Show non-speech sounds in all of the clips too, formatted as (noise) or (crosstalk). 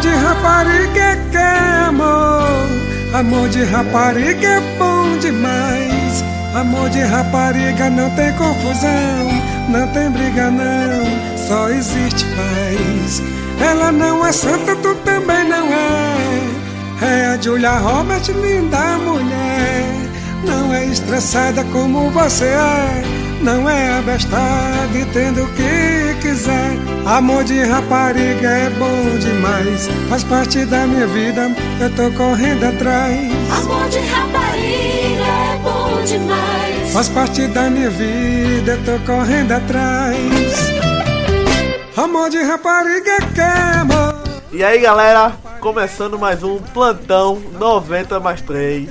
de rapariga é que é amor. Amor de rapariga é bom demais. Amor de rapariga não tem confusão, não tem briga não, só existe paz. Ela não é santa, tu também não é. É a Julia Roberts, linda mulher. Não é estressada como você é. Não é abestada e tendo o que quiser. Amor de rapariga é bom demais. Faz parte da minha vida, eu tô correndo atrás. Amor de rapariga é bom demais. Faz parte da minha vida, eu tô correndo atrás. Amor de rapariga é que amor. E aí galera, começando mais um plantão 90 mais 3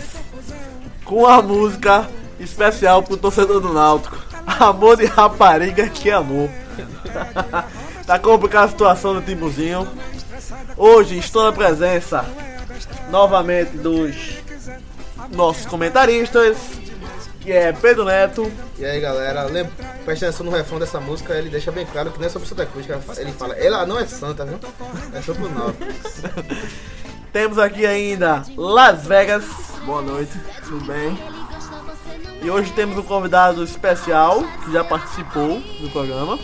com a música especial pro torcedor do Náutico. Amor de rapariga que amor. (laughs) tá complicada a situação do timuzinho. Hoje estou na presença novamente dos nossos comentaristas, que é Pedro Neto, E aí galera, lembra, presta atenção no refrão dessa música, ele deixa bem claro que não é sobre Santa Cruz, que ela fa- ele fala, ela não é santa, viu? É sobre o Náutico. Temos aqui ainda Las Vegas. Boa noite, tudo bem? E hoje temos um convidado especial que já participou do programa.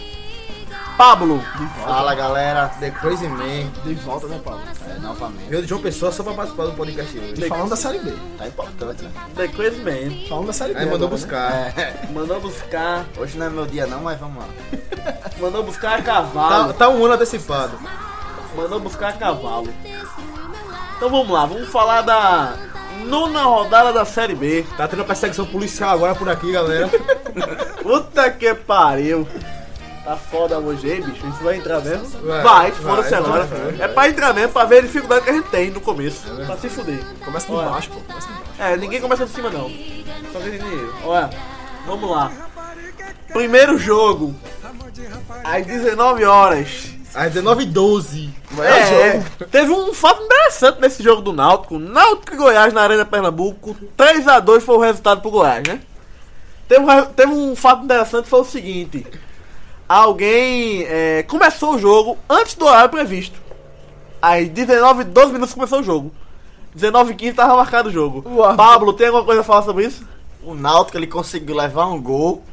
Pablo. Fala galera, The Crazy Man, De volta, né, Paulo? É, novamente. veio de João Pessoa só pra participar do podcast hoje. E falando da Série B. Tá importante, né? The Crazy Man. Falando da Série B. Aí mandou agora, buscar. né? Mandou buscar. É. Hoje não é meu dia não, mas vamos lá. Mandou buscar a Tá, cavalo. tá um ano antecipado. Mandou buscar a cavalo. Então vamos lá, vamos falar da nona rodada da Série B. Tá tendo perseguição policial agora por aqui, galera. Puta que pariu. Tá foda hoje, hein, bicho? Isso vai entrar mesmo? Vai, Vai, foda-se vai, agora. vai, vai. É pra entrar mesmo, pra ver a dificuldade que a gente tem no começo. pra se fuder. Começa de Olha. baixo, pô. Começa de baixo. É, ninguém começa de cima, não. Só que dinheiro. Olha, vamos lá. Primeiro jogo, às 19 horas. Às 19h12. Maior É, jogo. teve um fato interessante nesse jogo do Náutico. Náutico e Goiás na Arena Pernambuco. 3x2 foi o resultado pro Goiás, né? Teve, um re- teve um fato interessante, foi o seguinte. Alguém é, começou o jogo antes do horário previsto. Às 19 12 minutos começou o jogo. 19 15 tava marcado o jogo. Pablo, tem alguma coisa a falar sobre isso? O Náutico ele conseguiu levar um gol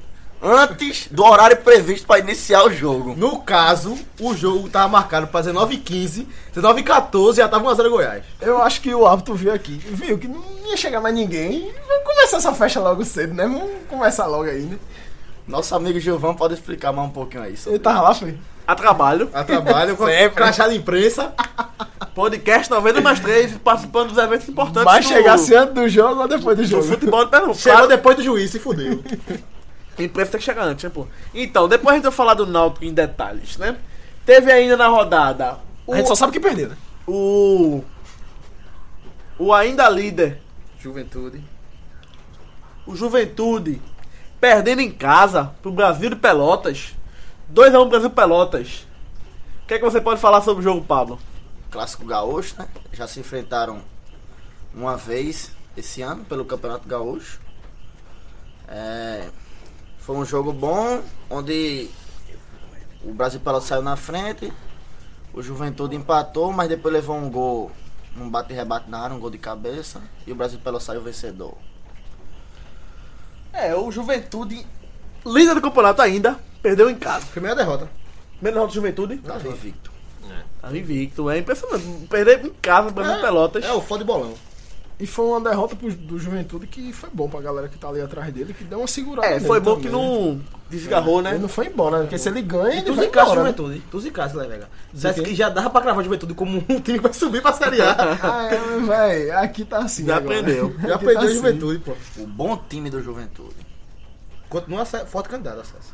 antes do horário previsto para iniciar o jogo. No caso, o jogo tava marcado pra 19h15, 19h14 já tava 1x0 Goiás. Eu acho que o árbitro viu aqui. Viu que não ia chegar mais ninguém. Vamos começar essa festa logo cedo, né? Vamos começar logo aí, né? Nosso amigo Gilvão pode explicar mais um pouquinho aí Ele sobre tava lá, foi? A trabalho. A trabalho com a Sempre. crachá de imprensa. Podcast 90 mais 3, participando dos eventos importantes Vai do- chegar se antes do jogo ou depois do do jogo. (laughs) futebol de Pernambuco. Chegou depois do juiz, se fudeu. A imprensa tem que chegar antes, né, pô? Então, depois a gente vai falar do Náutico em detalhes, né? Teve ainda na rodada o. A gente só sabe que perdeu, né? o, o ainda líder, Juventude. o Juventude, perdendo em casa pro Brasil de Pelotas. 2x1 Brasil de Pelotas. O que é que você pode falar sobre o jogo, Pablo? o Clássico Gaúcho, né? Já se enfrentaram uma vez esse ano pelo Campeonato Gaúcho. É, foi um jogo bom, onde o Brasil Pelotas saiu na frente, o Juventude empatou, mas depois levou um gol, um bate-rebate na área, um gol de cabeça, e o Brasil Pelotas saiu vencedor. É, o Juventude, líder do campeonato ainda, perdeu em casa. Primeira derrota. Primeiro round do Juventude, Tá invicto. tá invicto. É impressionante. Perder em casa pro Brasil de Pelotas. É o foda de bolão. E foi uma derrota pro, do Juventude que foi bom pra galera que tá ali atrás dele, que deu uma segurada. É, nele foi bom que também. não desgarrou, né? É, Ele não foi embora, né? Porque se ele ganha, ele Tu vai zicasse embora. né? juventude. Tu zicasse, né, velho? Dissesse que já dava pra cravar a juventude como um time que vai subir pra Série (laughs) A. Ah, é, mas, (laughs) véi, aqui tá assim. Já agora. aprendeu. Aqui Já tá perdeu a assim. juventude, pô. O bom time do Juventude. Continua se- forte candidato, acesso.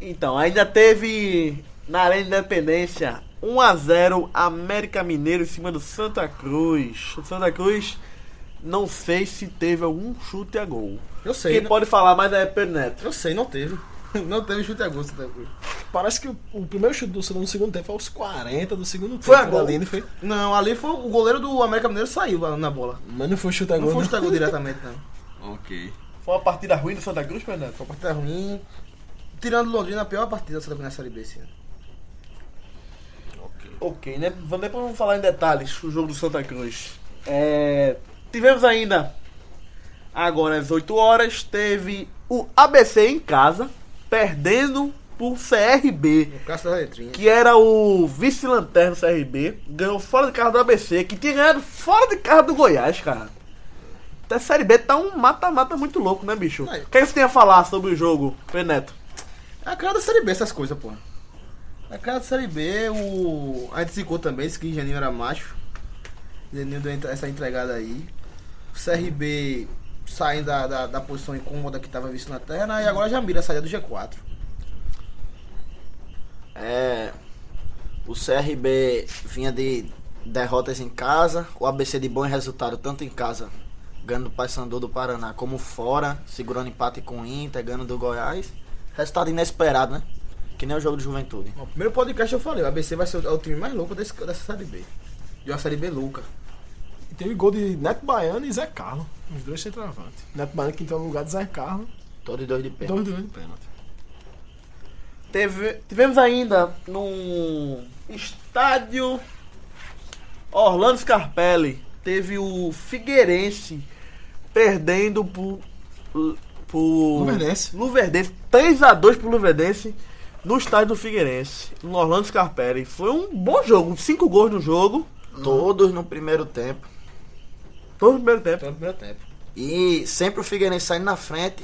Então, ainda teve na Arena Independência 1x0 América Mineiro em cima do Santa Cruz. O Santa Cruz, não sei se teve algum chute a gol. Eu sei. Quem não- pode falar mais é Pedro Neto. Eu sei, não teve. (laughs) Não teve chute a gosto. né? Santa Cruz. Parece que o, o primeiro chute do segundo, segundo tempo foi aos 40 do segundo Foi a tempo. gol. ali, não foi? Não, ali foi o goleiro do América Mineiro saiu na bola. Mas não foi chute a Não gol. né? foi um Não (laughs) chute a gol diretamente, não. Ok. Foi uma partida ruim do Santa Cruz, Pedro Neto? Foi uma partida é ruim. Tirando Londrina, a pior partida do Santa Cruz na Série B esse ano. Ok, né? Vamos depois vamos falar em detalhes o jogo do Santa Cruz. É, tivemos ainda, agora às 8 horas, teve o ABC em casa, perdendo por CRB, Caça da letrinha. que era o vice-lanterna do CRB, ganhou fora de casa do ABC, que tinha ganhado fora de casa do Goiás, cara. Até a Série B tá um mata-mata muito louco, né, bicho? O Aí. que, é que você tem a falar sobre o jogo, Peneto? É a cara da Série B essas coisas, pô. É a cara da Série B, o... A gente zicou também, esse que Janinho era macho. Janinho deu entra- essa entregada aí. O CRB saindo da, da, da posição incômoda que tava visto na terra e agora já mira a saída do G4. É, o CRB vinha de derrotas em casa, o ABC de bom resultado tanto em casa, ganhando do Paysandu do Paraná, como fora, segurando empate com o Inter, ganhando do Goiás. Resultado inesperado, né? Que nem o jogo de juventude. No primeiro podcast eu falei, o ABC vai ser o, é o time mais louco desse, dessa Série B. E uma Série B louca. E teve gol de Neto Baiano e Zé Carlos. Os dois centroavantes. Neto Baiano que entrou no lugar de Zé Carlos. Todos dois de pé. Dois dois de pênalti. Teve- tivemos ainda num estádio Orlando Scarpelli. Teve o Figueirense perdendo por. por Luverdense. Luverdense. 3x2 pro Luverdense no estádio do Figueirense, no Orlando Scarpelli. Foi um bom jogo, 5 gols no jogo, Todos no primeiro tempo. todo no primeiro tempo. Então, no primeiro tempo. E sempre o Figueirense saindo na frente.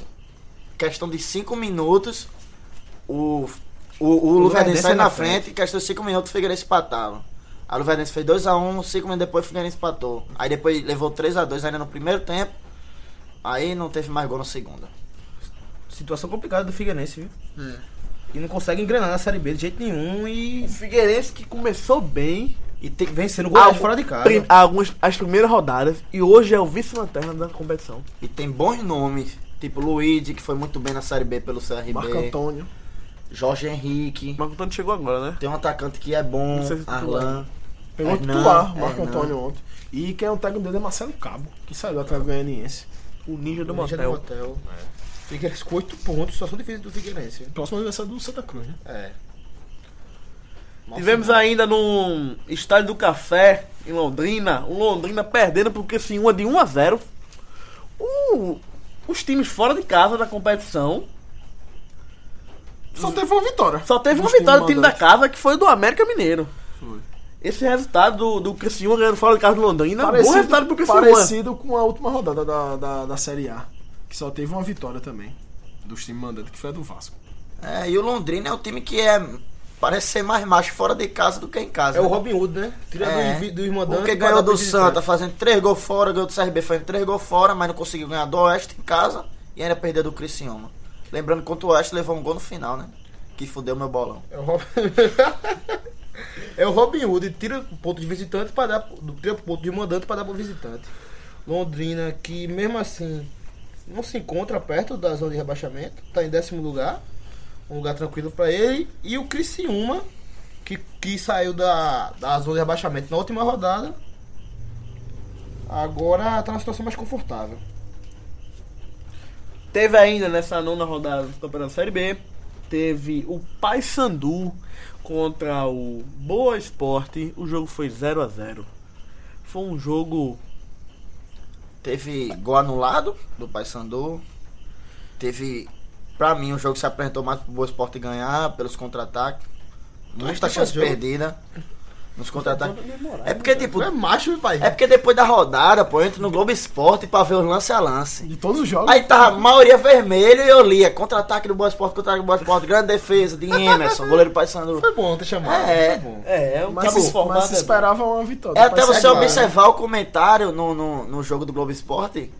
Questão de 5 minutos, o, o, o, Luverdense saiu na frente. Questão de 5 minutos, o Figueirense empatava. A Luverdense fez 2x1, 5 minutos depois o Figueirense empatou. Aí depois levou 3x2 ainda no primeiro tempo. Aí não teve mais gol na segunda. Situação complicada do Figueirense, viu? É. E não consegue engrenar na Série B de jeito nenhum e O Figueirense que começou bem. E tem vencendo o Goiás algu- fora de casa. prim- algumas, as primeiras rodadas. E hoje é o vice-lanterna da competição. E tem bons nomes, tipo Luigi, que foi muito bem na Série B pelo CRB. Marco Antônio. Jorge Henrique. O Marco Antônio chegou agora, né? Tem um atacante que é bom, Não sei se tu Arlan. É, Pegou Hernan, titular, Marco Hernan. Antônio ontem. E quem é o técnico dele é Marcelo Cabo, que saiu do Atlético Goianiense. O Ninja do Ninja Motel. Motel. É. Figueirense com 8 pontos, situação difícil do Figueirense. Próximo aniversário do Santa Cruz, né? É. Mal Tivemos final. ainda no Estádio do Café, em Londrina, o Londrina perdendo porque se uma de 1 a 0. O- os times fora de casa da competição Só teve uma vitória. só teve uma Dos times vitória do time da mandantes. casa, que foi do América Mineiro. Esse resultado do, do Criciúma ganhando fora de casa do Londrina, um Tá bom resultado pro Criciúma. parecido com a última rodada da, da, da Série A, que só teve uma vitória também dos times mandantes, que foi a do Vasco. É, e o Londrina é o time que é. Parece ser mais macho fora de casa do que em casa. É o né? Robin Hood, né? Tira É. do, do irmão Porque ganhou do Santa fazendo três gols fora, ganhou do CRB fazendo três gols fora, mas não conseguiu ganhar do Oeste em casa e ainda perdeu do Criciúma. Lembrando que contra o Oeste levou um gol no final, né? Que fudeu meu bolão. É o Robin (laughs) É o Robin Hood, tira o ponto de visitante para dar do tira o ponto de mandante para dar pro visitante. Londrina que mesmo assim não se encontra perto da zona de rebaixamento, tá em décimo lugar, um lugar tranquilo para ele e o Criciúma que, que saiu da, da zona de rebaixamento na última rodada. Agora tá numa situação mais confortável. Teve ainda nessa nona rodada do Campeonato Série B, teve o Paysandu contra o Boa Esporte. O jogo foi 0 a 0. Foi um jogo Teve gol anulado do Paysandu. Teve, pra mim, um jogo que se apresentou mais pro Boa Esporte ganhar, pelos contra-ataques. Muita Mas que chance jogo? perdida nos contra-ataques. É porque, tipo, Tu é macho, pai. é porque depois da rodada, pô, eu entro no Globo Esporte pra ver os lance a lance. De todos os jogos, Aí tava a maioria vermelho e eu lia. Contra-ataque do Boa Esporte, contra-ataque do Boa Esporte. Grande defesa de Emerson, goleiro Paysandu. Foi bom ter chamado. É. foi bom. É, é um mas, se, mas se esperava uma vitória. É até Parece- você agora, observar o comentário no, no, no jogo do Globo Esporte.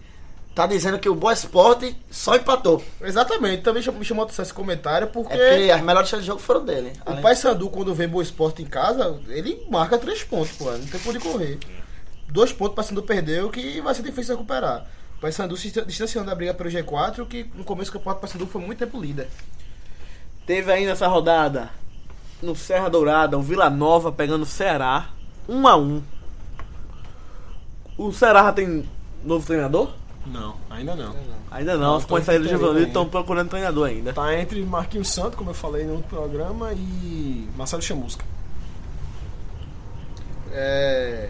Tá dizendo que o Boa Esporte só empatou. Exatamente, também cham- me chamou a atenção esse comentário porque, É porque as melhores chances de jogo foram dele. o Pai Sandu, quando vem Boa Esporte em casa, ele marca três pontos, pô. Não tem por onde correr. Dois pontos o Pai Sandu perdeu que vai ser difícil recuperar. O Pai Sandu se distan- distanciando da briga pelo G4, que no começo do campeonato o Pai Sandu foi muito tempo líder. Teve ainda essa rodada no Serra Dourada, o Vila Nova pegando o Ceará, 1 a 1. O Ceará já tem novo treinador? Não, ainda não. Ainda não, Não, ficou em tem saída do que ter Giovanni, ainda. estão procurando treinador ainda. Tá entre Marquinhos Santos, como eu falei no outro programa, e Marcelo Chamusca. É,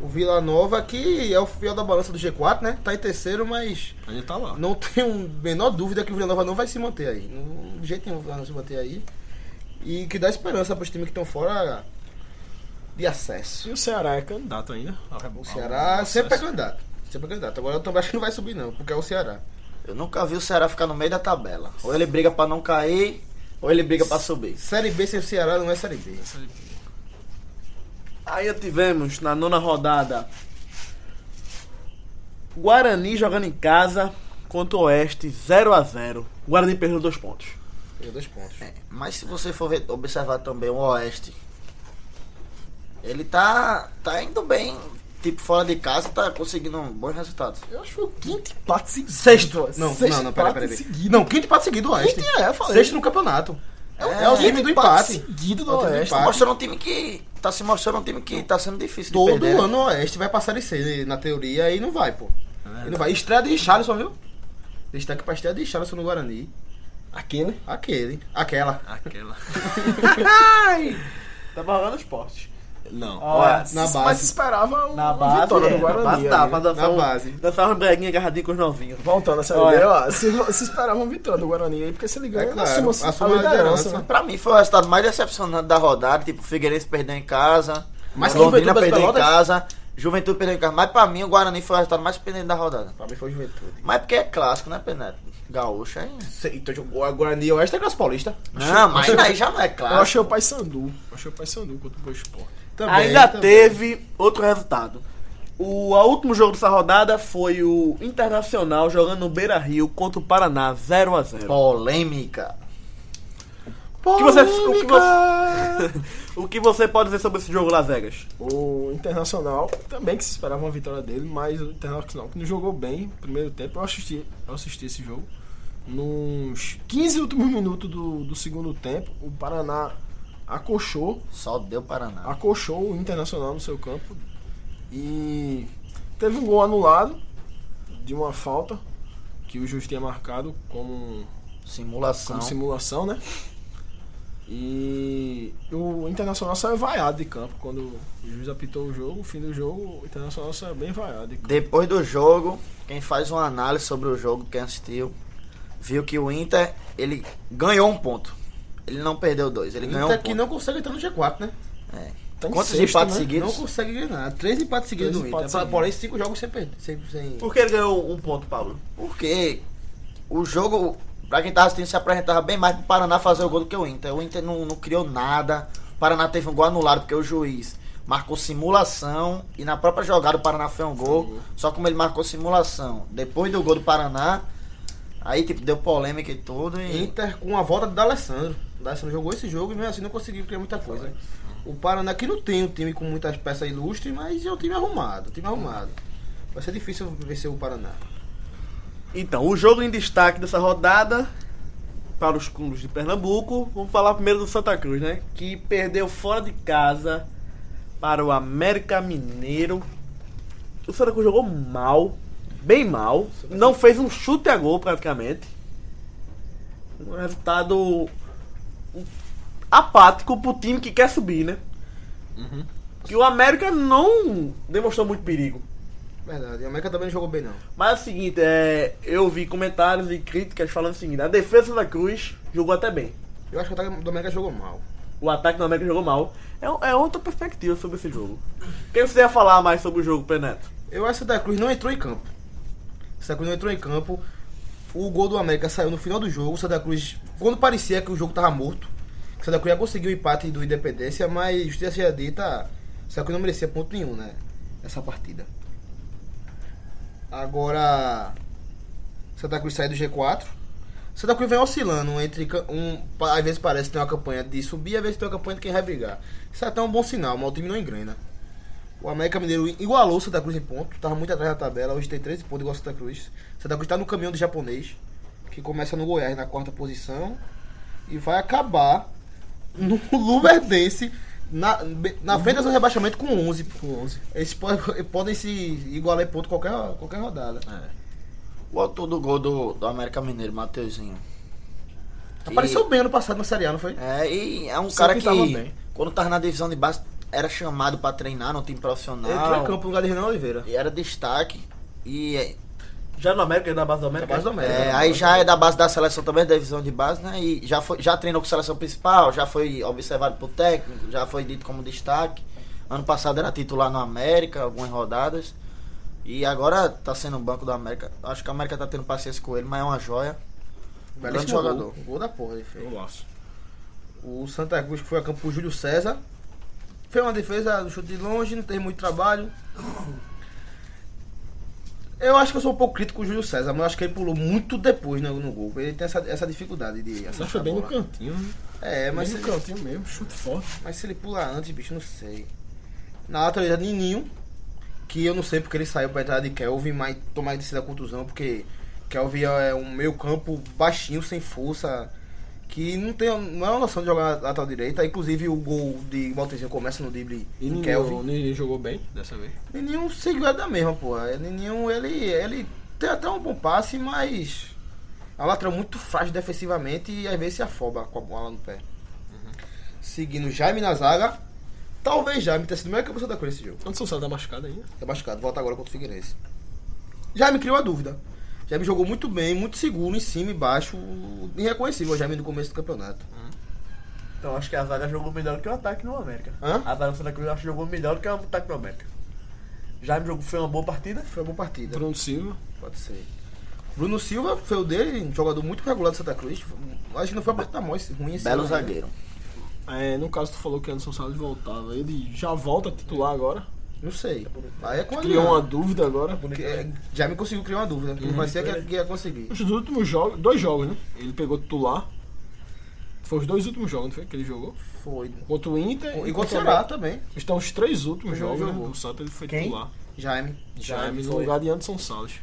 o Vila Nova, que é o fiel da balança do G4, né? Tá em terceiro, mas A gente tá lá. não (laughs) tenho a menor dúvida que o Vila Nova não vai se manter aí. Não, de jeito nenhum o Vila Nova se manter aí. E que dá esperança pros times que estão fora de acesso. E o Ceará é candidato ainda. O Ceará sempre é candidato. Sempre é candidato. Agora eu também acho que não vai subir, não, porque é o Ceará. Eu nunca vi o Ceará ficar no meio da tabela. Ou ele briga pra não cair, ou ele briga pra subir. Série B sem o Ceará não é Série B. Aí tivemos na nona rodada Guarani jogando em casa contra o Oeste 0 a 0 Guarani perdeu dois pontos. Tem dois pontos. É, mas se você for ver- observar também o Oeste, ele tá, tá indo bem. Tipo, fora de casa, tá conseguindo bons resultados. Eu acho que foi o quinto empate seguido. Sexto. Não, Sexto não, não, peraí, empate peraí. seguido. Não, quinto empate seguido do Oeste. Quinto, é, eu falei. Sexto no campeonato. É, o- é o time do empate. seguido do É o time do Oeste. empate. Mostrando um time que. Tá se mostrando um time que tá sendo difícil Todo de perder. ano o Oeste vai passar de seis, na teoria, e não vai, pô. E não vai. Estreia de Richarlison, viu? Destaque pra estreia de Richarlison no Guarani. né? Aquele. Aquele. Aquela. Aquela. Tava jogando esporte. Não. Olha, Se- na Mas base. se esperava uma na base. vitória do é, na Guarani. base dá ali. pra dançar Na um- base. Dançar uma breguinha agarradinha com os novinhos. Voltando a série B, Olha. ó, se, se esperava uma vitória do Guarani aí, porque se ele ganha, É é claro, assume, assume a- a a liderança, liderança. né? Pra mim foi o resultado mais decepcionante da rodada. Tipo, o Figueirense perdeu em casa. Mas quem Londrina inventou das perdeu em pelotas? casa. Juventude perdeu em casa. Mas pra mim o Guarani foi o resultado mais pendente da rodada. Pra mim foi Juventude. Mas porque é clássico, né, Penedo? Gaúcho aí. Então, o Guarani e o Oeste é Graça Paulista. Não, mas aí já não é Eu clássico. achei o Paysandu. Eu Achei o Paysandu contra o Boa Esporte. Ainda teve outro resultado. O a último jogo dessa rodada foi o Internacional jogando no Beira Rio contra o Paraná 0 a 0 Polêmica. O que você, o, que você, (laughs) o que você pode dizer sobre esse jogo, Las Vegas? O Internacional, também que se esperava uma vitória dele, mas o Internacional que não jogou bem no primeiro tempo. Eu assisti, eu assisti esse jogo. Nos 15 últimos minutos do, do segundo tempo, o Paraná acochou, Só deu Paraná. acochou o Internacional no seu campo e teve um gol anulado de uma falta que o Juiz tinha marcado como um Então, Simulação. como simulação, né? E o Internacional saiu vaiado de campo. Quando o juiz apitou o jogo, o fim do jogo, o Internacional saiu bem vaiado de campo. Depois do jogo, quem faz uma análise sobre o jogo, quem assistiu, viu que o Inter, ele ganhou um ponto. Ele não perdeu dois, ele ganhou um Inter que ponto. É. não consegue entrar no G4, né? Tá em Quantos sexto, empates né? Não seguidos? consegue ganhar. Três empates seguidos Três do Inter. empates Pra- seguidos. Porém, cinco jogos sem perder. Sem, sem... Por que ele ganhou um ponto, Pablo? Porque o jogo, pra quem tava assistindo, se apresentava bem mais pro Paraná fazer o gol do que o Inter. O Inter não, não criou nada. O Paraná teve um gol anulado, porque o juiz marcou simulação. E na própria jogada o Paraná fez um gol. Só como ele marcou simulação depois do gol do Paraná, aí tipo, deu polêmica e tudo. E Inter com a volta do Alessandro. O D'Alessandro jogou esse jogo e mesmo assim não conseguiu criar muita coisa. O Paraná que não tem um time com muitas peças ilustres, mas é um time arrumado, um time arrumado. Vai ser difícil vencer o Paraná. Então, o jogo em destaque dessa rodada para os clubes de Pernambuco, vamos falar primeiro do Santa Cruz, né? Que perdeu fora de casa para o América Mineiro. O Santa Cruz jogou mal, bem mal, não fez um chute a gol praticamente. Um resultado um, apático pro time que quer subir, né? Que o América não demonstrou muito perigo. Verdade. E o América também não jogou bem, não. Mas é o seguinte, é, eu vi comentários e críticas falando o seguinte, a defesa da Cruz jogou até bem. Eu acho que o ataque do América jogou mal. O ataque do América jogou mal. É, é outra perspectiva sobre esse jogo. O que você ia falar mais sobre o jogo, Peneto? Eu acho que o Santa Cruz não entrou em campo. O Santa Cruz não entrou em campo. O gol do América saiu no final do jogo. O Santa Cruz, quando parecia que o jogo tava morto, o Santa Cruz ia conseguir o empate do Independência, mas justiça seja dita, o Santa Cruz não merecia ponto nenhum, né? Nessa partida. Agora, o Santa Cruz sai do G4. O Santa Cruz vem oscilando entre. ca- Um, pa- às vezes parece que tem uma campanha de subir, às vezes tem uma campanha de quem vai brigar. Isso é até um bom sinal, mas o time não engrena. O América Mineiro igualou o Santa Cruz em pontos, estava muito atrás da tabela, hoje tem 13 pontos igual o Santa Cruz. Santa Cruz está no caminho do japonês, que começa no Goiás na quarta posição e vai acabar no (laughs) Luverdense na, na frente do seu rebaixamento com 11. Com 11. Eles po- (laughs) podem se igualar em ponto qualquer, qualquer rodada. É. o autor do gol do, do América Mineiro, Mateuzinho. Apareceu bem ano passado na Série A, não foi? É, e é um Sempre cara que, tava bem. quando tava na divisão de baixo, era chamado pra treinar no time profissional. Ele entrou em campo no lugar de Renan Oliveira. E era destaque. E é, Já no América, na base do América. Da base do América. é, aí já é da base da seleção também, da divisão de base, né? E já, foi, já treinou com seleção principal, já foi observado por técnico, já foi dito como destaque. Ano passado era titular no América, algumas rodadas. E agora tá sendo banco do América. Acho que a América tá tendo paciência com ele, mas é uma joia. Belíssimo Grande jogador. Gol, gol da porra ele fez. Golaço. O Santa Cruz que foi a campo com o Júlio César. Fez uma defesa do chute de longe, não teve muito trabalho. Eu acho que eu sou um pouco crítico com o Júlio César, mas eu acho que ele pulou muito depois né, no gol. Ele tem essa, essa dificuldade de Mas acertar foi a bem no bola. cantinho, né? É, mas Mas se, no cantinho mesmo, chute forte. mas se ele pular antes, bicho, não sei. Na lateral Nininho, que eu não sei porque ele saiu pra entrada de Kelvin, mas tomar descida da contusão, porque Kelvin é um meio campo baixinho, sem força, que não tem não é uma noção de jogar na lateral direita. Inclusive o gol de Maltezinho começa no drible E em ninguém, Kelvin. o Nini jogou bem dessa vez. Nenhum seguiu da mesma, porra. É, Nenhum, ele, ele tem até um bom passe, mas é um lateral muito frágil defensivamente e às vezes se afoba com a bola no pé. Uhum. Seguindo Jaime na zaga. Talvez Jaime tenha sido o melhor que o Santa Cruz nesse jogo. Onde são Sá tá machucado ainda? É machucado, volta agora contra o Figueirense. Jaime criou a dúvida. Jaime jogou muito bem, muito seguro, em cima e baixo. Irreconhecível o Jaime no começo do campeonato. Então acho que a zaga jogou melhor que o ataque no América. Hã? A zaga do Santa Cruz eu acho que jogou melhor que o ataque no América. Já me jogou, foi uma boa partida. Foi uma boa partida. Bruno Silva. Pode ser. Bruno Silva foi o dele, um jogador muito regular do Santa Cruz. Acho que não foi a parte da mão esse- ruim esse Belo ano, né? zagueiro. É, no caso, tu falou que Anderson Salles voltava. Ele já volta a titular agora. Não sei. Aí é com Criou uma Adriano. dúvida agora. Que- é, Uhum. Já me conseguiu criar uma dúvida. né? Não parecia que, que ia conseguir. Os últimos jogos, dois jogos, né? Ele pegou titular. Foi os dois últimos jogos, não foi? Que ele jogou. Foi. Contra o Inter E contra o Ceará também. Estão os três últimos Jogou, jogos. né? jogou. O Santa ele foi Quem? titular. Jaime. Jaime no foi. lugar de Anderson Salles.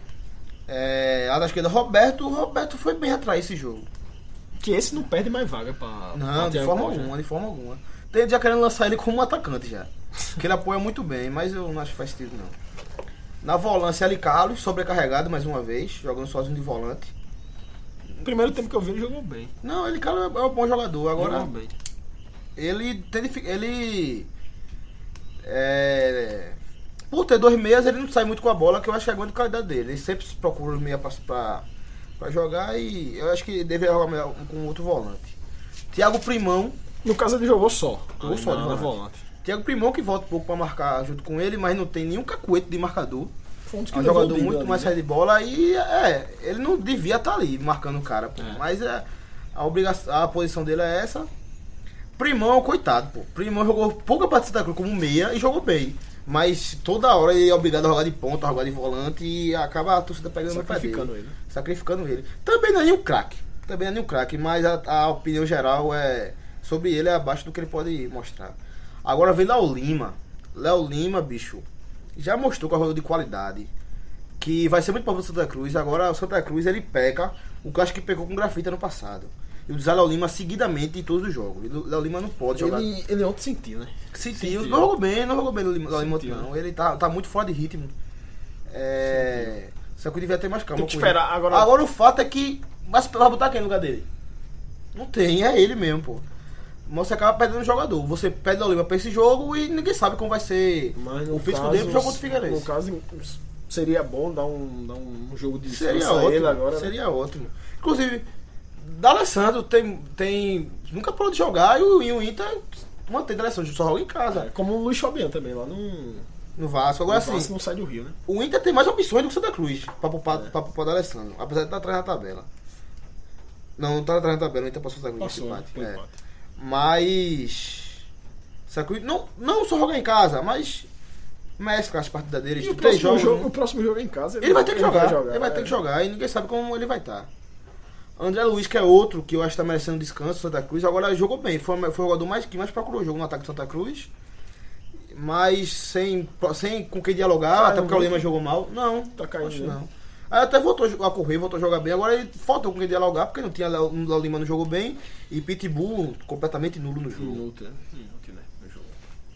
É, a da esquerda, Roberto. O Roberto foi bem atrás esse jogo. Que esse não perde mais vaga pra. Não, pra de Thiago forma Borges, né? alguma, de forma alguma. Tem já querendo lançar ele como um atacante (laughs) já. Que ele apoia muito bem, mas eu não acho que faz sentido não. Na volância, Ali Carlos, sobrecarregado mais uma vez, jogando sozinho de volante. Primeiro tempo que eu vi, ele jogou bem. Não, ele cara é um bom jogador. Agora, Jogou bem. ele tem dific- ele é, por ter dois meias, ele não sai muito com a bola, que eu acho que é a grande qualidade dele. Ele sempre procura o meia pra, pra, pra jogar e eu acho que deveria jogar melhor um com outro volante. Thiago Primão, No caso, ele jogou só. Jogou ali só na, de na volante. volante. Thiago Primão que volta um pouco pra marcar junto com ele, mas não tem nenhum cacuete de marcador. Foi dos É um levou o jogador Bigode, muito mais né? saída de bola e é, ele não devia estar ali marcando o cara, pô. É. Mas é, a obrigação, a posição dele é essa. Primão, coitado, pô. Primão jogou pouca parte de Santa Cruz como meia e jogou bem. Mas toda hora ele é obrigado a jogar de ponta, a jogar de volante e acaba a torcida pegando no pé dele. Sacrificando ele, né? Sacrificando ele. Também não é nenhum craque. Também não é nenhum craque, mas a, a opinião geral é sobre ele é abaixo do que ele pode mostrar. Agora vem Léo Lima. Léo Lima, bicho, já mostrou que é um jogador de qualidade. Que vai ser muito bom pro Santa Cruz. Agora o Santa Cruz ele peca o que eu acho que pecou com grafita no passado. E usar Léo Lima seguidamente em todos os jogos. E Léo Lima não pode jogar. Ele, ele ontem sentiu, né? Sentiu, Sentiu. não jogou bem, não jogou bem no Lima Sentiu, não. Ele tá, tá muito fora de ritmo. É. Só que eu devia ter mais calma. Tem que com ele. esperar, agora- o fato é que. Mas vai botar quem no lugar dele? Não tem, é ele mesmo, pô. Mas você acaba perdendo o jogador. Você perde o Lima pra esse jogo e ninguém sabe como vai ser Mas no o físico caso, dele pro jogo contra o No Figueirense. caso, seria bom dar um, dar um jogo de Seria descanso a ótimo. ele agora. né? seria ótimo. Inclusive, D'Alessandro tem, tem. Nunca parou de jogar e o, e o Inter mantém D'Alessandro, só joga em casa, Como o Luiz Fabiano também, lá no. no Vasco. Agora no Vasco, sim. não sai do Rio, né? O Inter tem mais opções do que o Santa Cruz pra poupar, pra poupar o Alessandro, apesar de estar atrás da tabela. Não, não tá atrás da tabela, o Inter passou o Santa Cruz Passou, nesse né? empate. Foi é. empate. Mas. Santa Cruz não, não só jogar em casa, mas mescla as partidas dele, E o tipo, três próximo, jogos. jogo, né? o próximo jogo é em casa. Ele vai ter que jogar, ele vai é. ter que jogar e ninguém sabe como ele vai estar. André Luiz, que é outro que eu acho que tá merecendo descanso, Santa Cruz, agora jogou bem. Foi, foi o jogador mais, que mais procurou o jogo no ataque do Santa Cruz. Mas sem, sem com quem dialogar, Ah, até não porque o vem. Lima jogou mal. Não, Tá caindo, acho né? não. Aí até voltou a correr, voltou a jogar bem. Agora ele faltou com quem dialogar, porque não tinha Léo Léo Lima no jogo bem. E Pitbull completamente nulo no jogo. Inútil, né? Inútil, né? No jogo.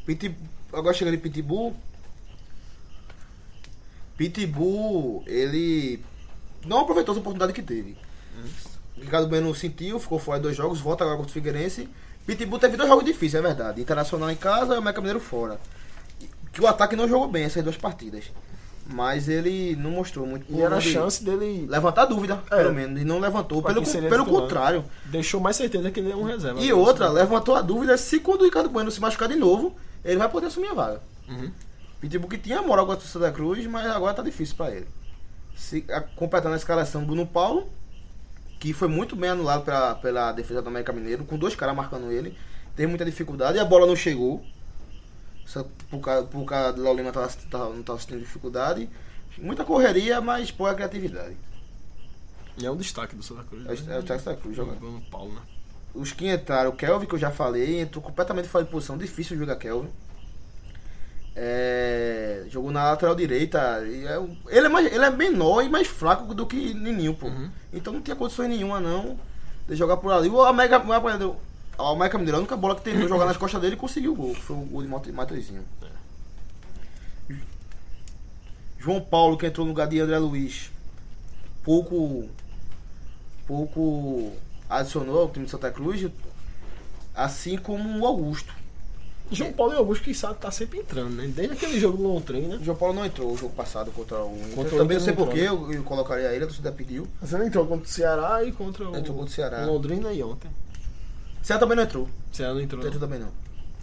Piti- agora chegando em Pitbull. Pitbull, ele não aproveitou essa Uhum. oportunidade que teve. Ricardo Bueno sentiu, ficou fora de dois jogos, volta agora contra o Figueirense. Pitbull teve dois jogos difíceis, é verdade. Internacional em casa e o América Mineiro fora. Que o ataque não jogou bem essas duas partidas. Mas ele não mostrou muito. E era a de chance dele. Levantar dúvida, É. pelo menos. E não levantou. Pra Pelo, quem con- seria pelo titular. contrário. né? Deixou mais certeza que ele é um reserva. E outra, levantou a dúvida se quando o Ricardo Bueno se machucar de novo, ele vai poder assumir a vaga. Uhum. Pitbull que tinha moral contra o Santa Cruz, mas agora tá difícil pra ele. Se, a- completando a escalação, Bruno Paulo, que foi muito bem anulado pela, pela defesa do América Mineiro, com dois caras marcando ele, teve muita dificuldade e a bola não chegou. Só Por causa, por causa do Laulima tava, tava, não tava sentindo dificuldade. Muita correria, mas pô, a criatividade. E é um destaque do Santa Cruz. né? É o, é o Thiago Santa Cruz jogando. Jogando pau, né? Os que entraram, o Kelvin, que eu já falei, entrou completamente fora de posição, difícil jogar Kelvin. É, jogou na lateral direita. e é um- ele, é mais, ele é menor e mais fraco do que Nininho, pô. Então não tinha condições nenhuma, não, de jogar por ali. O América, o América, o América Mineiro, a única bola que tentou jogar nas costas dele conseguiu o gol. Foi o gol de Mate- Mateuzinho. João Paulo, que entrou no lugar de André Luiz, pouco pouco adicionou ao time de Santa Cruz, assim como o Augusto. João Paulo e Augusto, que sabe, tá sempre entrando, né? Desde aquele jogo do Londrina. O João Paulo não entrou o jogo passado contra o Inter. Contra o Também Inter não sei não né? porquê, eu, eu colocaria ele, a torcida pediu. Mas ele entrou contra o Ceará e contra o. Entrou contra o Ceará. Londrina e ontem. Ceará também não entrou. O Ceará não entrou. Não entrou também não.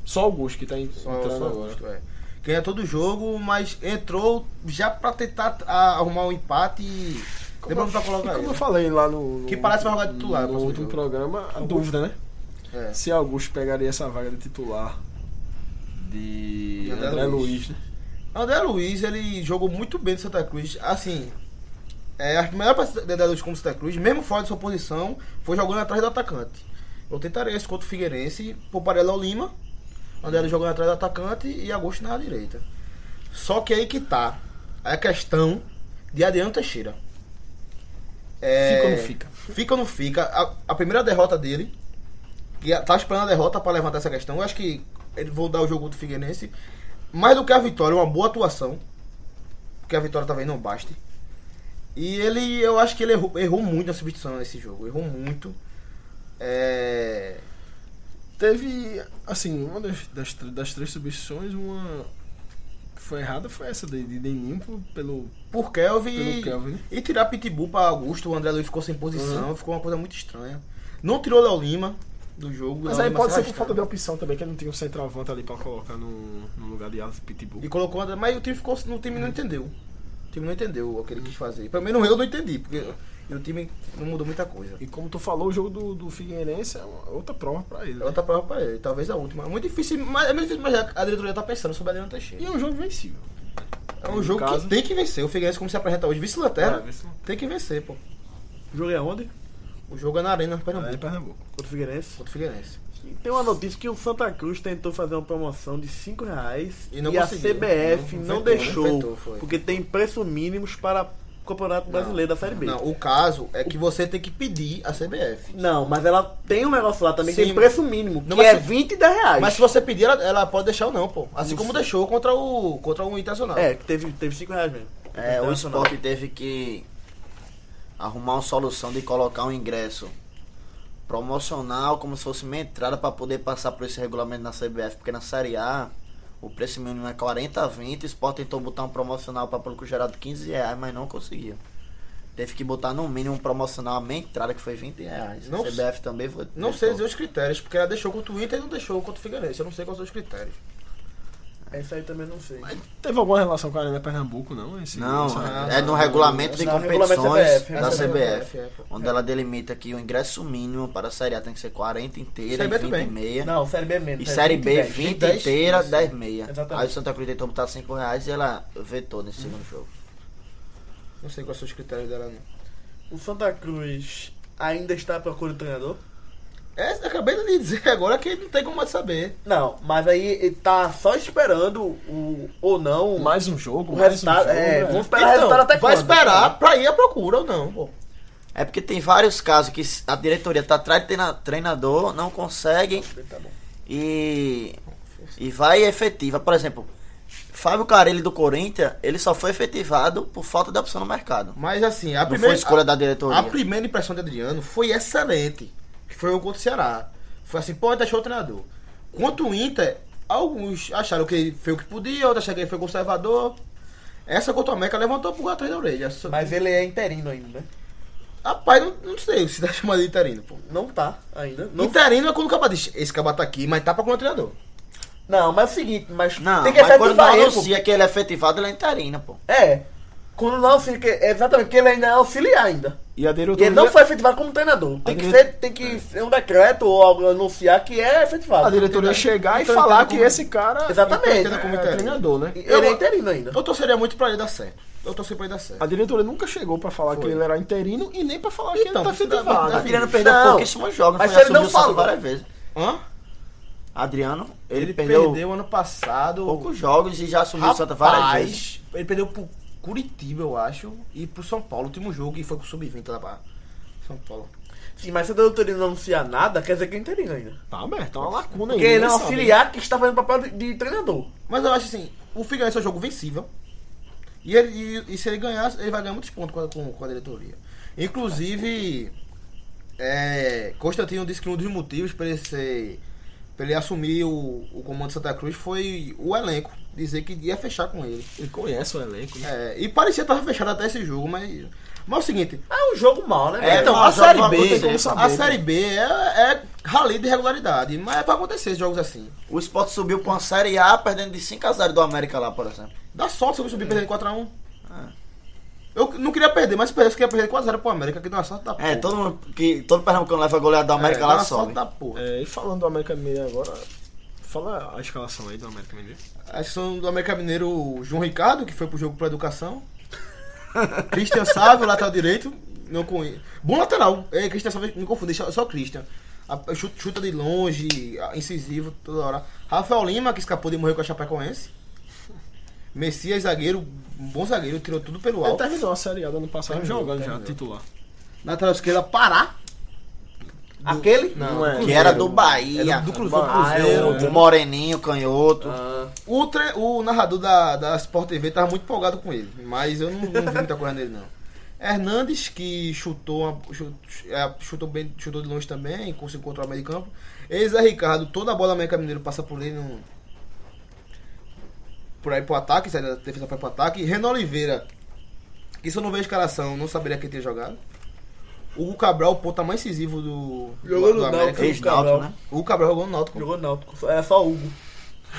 Só Augusto que tá en- Só, entrando só agora. Augusto, é. Ganha todo o jogo, mas entrou já pra tentar ah, arrumar um empate e. Demorou pra E colocar como ele. eu falei lá no. no Que parece que vai jogar de titular no No próximo último jogo. programa, a dúvida, né? É. Se Augusto pegaria essa vaga de titular de De André, André Luiz. Luiz. né? André Luiz, ele jogou muito bem no Santa Cruz. Assim, é, a melhor partida de André Luiz como Santa Cruz, mesmo fora de sua posição, foi jogando atrás do atacante. Eu tentarei esse contra o Figueirense, pouparia Léo Lima, André Luiz jogando atrás do atacante e Agosto na direita. Só que aí que tá a questão de Adriano Teixeira. É, Fica ou não fica? Fica ou não fica? A, a primeira derrota dele, que a- tá esperando a derrota pra levantar essa questão, eu acho que ele vou dar o jogo do Figueirense. Mais do que a vitória, uma boa atuação. Porque a vitória talvez não baste. E ele, eu acho que ele errou, errou muito na substituição nesse jogo. Errou muito. É, Teve, assim, uma das, das, tr- das três substituições, uma que foi errada foi essa de, de Deninho pro- pelo, Por Kelvin. pelo e- Kelvin. Uhum. né? E tirar Pitbull pra Augusto, o André Luiz ficou sem posição, ficou uma coisa muito estranha. Não tirou Léo Lima do jogo. Mas Léo aí Lima pode se ser por arrastando. falta de opção também, que ele não tinha um centroavante ali pra colocar no, no lugar de Alves Pitbull. E colocou o André, mas o time ficou. O time não entendeu. O time não entendeu o que ele quis fazer. Pelo menos eu não entendi, porque o time não mudou muita coisa. E como tu falou, o jogo do, do Figueirense é uma- outra prova pra ele. né? É outra prova pra ele, talvez a última. É muito difícil, mas é muito difícil, mas a diretoria tá pensando sobre a Adriano E Teixeira. é um jogo vencível. É um jogo caso- que tem que vencer. O Figueirense, como se apresenta hoje, Ah, vice-lanterna, vê se não- é tem que vencer, pô. Joguei aonde? O jogo é na Arena, Ah, é Pernambuco, Pernambuco. Contra o Figueirense. contra o Figueirense. E Tem uma notícia que o Santa Cruz tentou fazer uma promoção de 5 reais e, E não a conseguiu. CBF não, Não, vetou, né? deixou, Vetou, foi. porque tem preços mínimos para o Campeonato Brasileiro da Série B. Não, o caso é que você tem que pedir a CBF. Não, mas ela tem um negócio lá também que Sim, tem preço mínimo, Não, que mas é se- 20 da reais. Mas se você pedir, ela, ela pode deixar ou não, pô. Assim Não como sei. deixou contra o, contra o Internacional. É, que teve, teve 5 reais mesmo. Então, É, o Internacional. esporte teve que arrumar uma solução de colocar um ingresso promocional, como se fosse uma entrada para poder passar por esse regulamento na CBF, porque na Série A o preço mínimo é 40 a 20, o esporte tentou botar um promocional para público geral de 15 reais, mas não conseguiu. Teve que botar no mínimo um promocional a minha entrada, que foi 20 reais. Não a CBF também foi. Não Então. sei dizer tentou. os critérios, porque ela deixou contra o Inter e não deixou contra o Figueirense. Eu não sei quais são os critérios. Essa aí também não sei. Mas Teve alguma relação com a Arena Pernambuco, não? Esse, Não, essa- é no regulamento de Não, regulamento competições CBF, da Essa é a CBF. é, pô. Onde ela delimita que o ingresso mínimo para a Série A tem que ser 40 inteira, Série e B 20 e também. meia. Não, Série B é menos. E é Série B 10. 20 10, inteira, isso. 10 e meia. Exatamente. Aí o Santa Cruz tentou botar 5 reais e ela vetou nesse segundo jogo. Não sei quais são os critérios dela, não. O Santa Cruz ainda está à procura de treinador? É, eu acabei de lhe dizer (laughs) agora que não tem como mais saber. Não, mas aí ele tá só esperando o ou não. Mais um jogo, O mais resultado- um jogo. é, né? vamos- esperar resultado até Então, vai quando? esperar pra ir à procura ou não, pô. É porque tem vários casos que a diretoria tá atrás de treina- treinador, não conseguem Tá e, e vai e efetiva. Por exemplo, Fábio Carelli do Corinthians, ele só foi efetivado por falta de opção no mercado. Mas assim, a Não foi primeira... escolha da a, a diretoria. primeira impressão de Adriano foi excelente. Que foi o contra o Ceará. Foi assim, pode achar o treinador. Quanto o Inter, alguns acharam que ele fez o que podia, outros acharam que ele foi conservador. Essa contra o América levantou por atrás da orelha. Só- Mas ele é interino ainda, né? Rapaz, não, não sei (laughs) se tá chamando de interino, pô. Não tá ainda. Não, Interino é quando o caba diz, esse caba tá aqui, mas tá pra como treinador. não, mas é o seguinte, mas Não, tem que mas quando efetivar não ele, pô. anuncia que ele é efetivado, ele é interina, pô. É. Quando não auxilia, que- é exatamente, porque ele ainda é auxiliar ainda. E a dele E outro ele não foi efetivado como treinador. Tem que, ser, tem que ser um decreto ou algo anunciar que é efetivado. A diretoria chegar e Então, falar entendo que como- esse cara Exatamente. é, entendo como interino. treinador, né? Ele Eu- é interino ainda. Eu torceria muito pra ele dar certo. Eu torci pra ele dar certo. A diretoria nunca chegou pra falar que ele era interino e nem pra falar que Então, ele tá você tá- efetivado. tá Adriano perdeu Não. pouquíssimos jogos, Mas foi ele não assumiu o Santos falou. várias vezes. Hã? Adriano, ele, Ele perdeu, perdeu ano passado. poucos jogos e já assumiu o Rapaz, Santa várias vezes. Ele perdeu pro Curitiba, eu acho, e pro São Paulo, último jogo, e foi pro Sub-20 lá pra São Paulo. Sim, mas se a diretoria não anunciar nada, quer dizer que é interino ainda. Tá aberto, é uma lacuna aí. Porque ele é um ninguém sabe. auxiliar que está fazendo papel de, de treinador. Mas eu acho assim, o Figueirense é um jogo vencível. E, ele- e- e se ele ganhar, ele vai ganhar muitos pontos com a, com- com a diretoria. Inclusive, é, Constantino disse que um dos motivos para ele ser. Pra ele assumir o, o comando de Santa Cruz foi o elenco. Dizer que ia fechar com ele. Ele conhece o elenco, né? É, e parecia estar fechado até esse jogo, mas. Mas é o seguinte, É um jogo mal, né? É, velho? Então, Ah, mas a joga Série uma B, coisa, tem como né? saber, a pô. Série B é, é rali de regularidade, mas vai acontecer esses jogos assim. O Sport subiu pra uma Série A perdendo de 5 a 0 do América lá, por exemplo. Dá sorte se eu subir perdendo 4x1. É. Eu não queria perder, mas se perdesse, eu queria perder 4x0 pro América, que dá uma sorte da porra. É, todo mundo que todo Pernambucano leva goleada do América É, dá lá uma sobe. sorte da porra. É, e falando do América Mineiro agora, fala a escalação aí do América Mineiro. A sessão do América Mineiro, o João Ricardo, que foi pro jogo pra (laughs) educação. Christian Sávio, lateral direito. Não conheço. Bom lateral. É, Christian Sávio, não confundi, só só Christian. A- Chuta, chuta de longe, a- incisivo, toda hora. Rafael Lima, que escapou de morrer com a Chapecoense. Messias, zagueiro, um bom zagueiro, tirou tudo pelo Ele alto. terminou a Série A do ano passado Terminou, jogando já, terminou. titular. Lateral esquerda, Pará. Aquele? Não é. Que era do Bahia. do Cruzeiro. Ah, é Cruzeiro. né? O Moreninho, canhoto. Ah, O, tre- o narrador da, da Sport TV tava muito empolgado com ele, mas eu não, não vi muita coisa nele, não. (laughs) Hernandes, que chutou, uma- chu- é, chutou, bem, chutou de longe também, conseguiu controlar o meio de campo. Eis é Ricardo, toda a bola do América Mineiro passa por ele. No, por aí pro ataque, sai da defesa para pro ataque. Renan Oliveira, que se eu não ver a escalação, não saberia quem ter jogado. Hugo Cabral, o ponta mais incisivo do, Jogou do, no do América. Náutico. Ex-Náutico, né? Hugo Cabral jogou no Náutico. jogou Náutico. É só Hugo.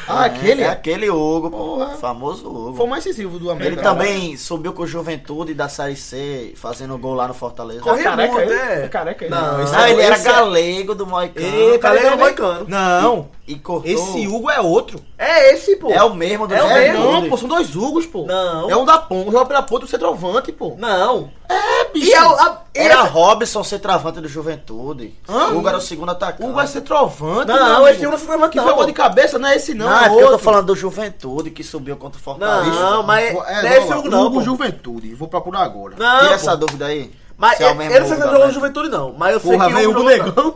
Ah, aquele? É é? aquele Hugo, pô. Porra. Famoso Hugo. Foi o mais incisivo do América. Ele também subiu com o Juventude da Série C, fazendo gol lá no Fortaleza. Corria careca muito, ele? é. É careca ele? Tá Não, Esse- ele era esse é- galego do Moicano. Ei, Cara, galego ele do Moicano. Não, E cortou. esse Hugo é outro. É esse, pô. É o mesmo do É o Juventude. mesmo. Não, pô, são dois Hugos, pô. Não. É um da ponta, joga pela ponta do centroavante, pô. Não. É, bicho. E é o. a- e Era esse- Robson centroavante do Juventude. Hã? Hugo era o segundo atacante. Hugo é centroavante. Não, meu amigo. esse Hugo não é centroavante, Que não, foi gol pô. de cabeça, não é esse não, Não, é é porque eu tô outro. falando do Juventude que subiu contra o Fortaleza. Não, mas não é vamos esse lá. Hugo, não. Hugo pô. Juventude, vou procurar agora. Não, Tira pô. essa dúvida aí. Mas se eu, é o mesmo eu não sei se ele Hugo da jogou no América. Juventude, não. Mas eu Porra, sei que veio Hugo jogou- Negão.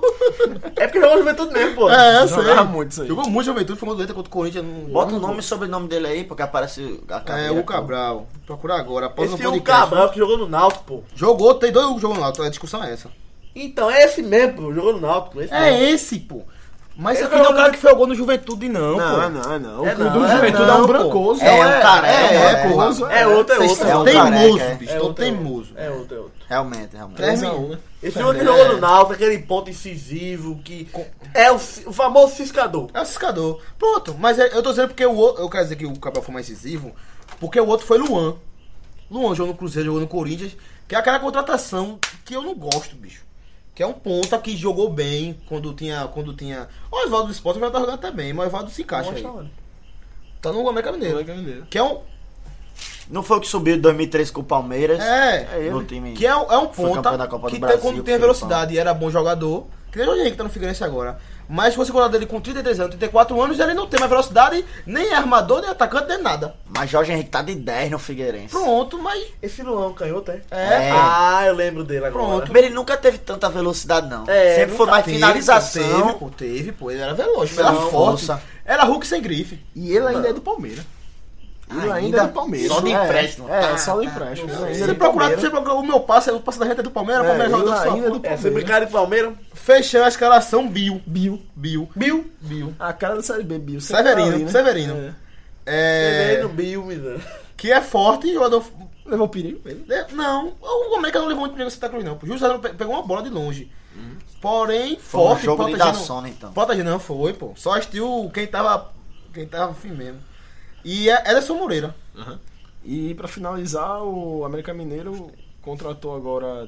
É porque jogou no Juventude mesmo, pô. É, eu Jogava sei. muito isso aí. Jogou muito Juventude, foi uma doente contra o Corinthians. não- Bota o nome e sobrenome dele aí, porque aparece a carreira. É, Hugo Cabral. Vou procurar agora, após o Esse é o um podcast. Cabral que jogou no Náutico, pô. Jogou, tem dois Hugo jogando lá, a discussão é essa. Então, é esse mesmo, pô. Jogou no Náutico. Esse mesmo. É esse, pô. Mas esse Ele aqui não é o jogou- cara que foi gol no Juventude, não, pô. Não, não, não. É o do não, é Juventude é não, um pô. brancoso. É, um careca. É, É, é, porra. brancoso, É outro, é Vocês outro. É estão um careca, teimoso, é. bicho. É Estão outro, é outro. teimoso. É outro, é outro. Realmente, realmente. Três 3 a 1, né? Tá Esse outro que jogou no Náutico, aquele ponto incisivo que é o, ci- o famoso ciscador. É o ciscador. Pronto, mas é- eu tô dizendo porque o outro. Eu quero dizer que o Cabral foi mais decisivo, porque o outro foi Luan. Luan jogou no Cruzeiro, jogou no Corinthians, que é aquela contratação que eu não gosto, bicho. Que é um ponta que jogou bem quando tinha. Quando tinha... O Oswaldo do Esporte já tá jogando até bem, mas o Oswaldo se encaixa aí. Tá no América Mineiro. América Mineiro. Que é um. Não foi o que subiu em 2003 com o Palmeiras? É, No time. Que é, um- é um Foi ponta campeão da Copa do que tem- Brasil, quando tem Filipão. velocidade e era bom jogador. Que nem o Jorge Henrique tá no Figueirense agora. Mas se você colocar dele com 33 anos, 34 anos, ele não tem mais velocidade, nem é armador, nem atacante, nem nada. Mas Jorge Henrique tá de 10 no Figueirense. Pronto, mas. Esse não é um canhoto, é? É. Ah, eu lembro dele agora. Pronto. Mas Ele nunca teve tanta velocidade, não. É, Sempre foi nunca mais finalização. Teve, pô, teve, pô. Ele era veloz, era Não, forte. força. Era Hulk sem grife. E ele ainda é do Palmeiras. Ah, Ainda, ainda é do Palmeiras. Só de É, empréstimo. É, Ah, só do empréstimo. Ele ainda é Se do procurar, Palmeiras. você procurar o meu passe, o passe da gente é do Palmeiras, o É, Palmeiras jogador ele só. ainda é do É, se Palmeiras. brincar de Palmeiras, Fechando a escalação, Bill. Bill. Bill. Bill, Bill. A cara da Série B, Bill. Severino, Sempre tá Severino. É. É. Heleno, Bill, menino. Que é forte e o Adolfo. Levou perigo ele. É, Não, o América não levou muito perigo ao Santa Cruz, não. O Juizado pegou uma bola de longe. Porém, Foi um forte, jogo de protegendo- Daçona, então. Protegendo não foi, pô. Só assistiu quem tava. Quem tava fim mesmo. E é Ederson Moreira. E pra finalizar, o América Mineiro contratou agora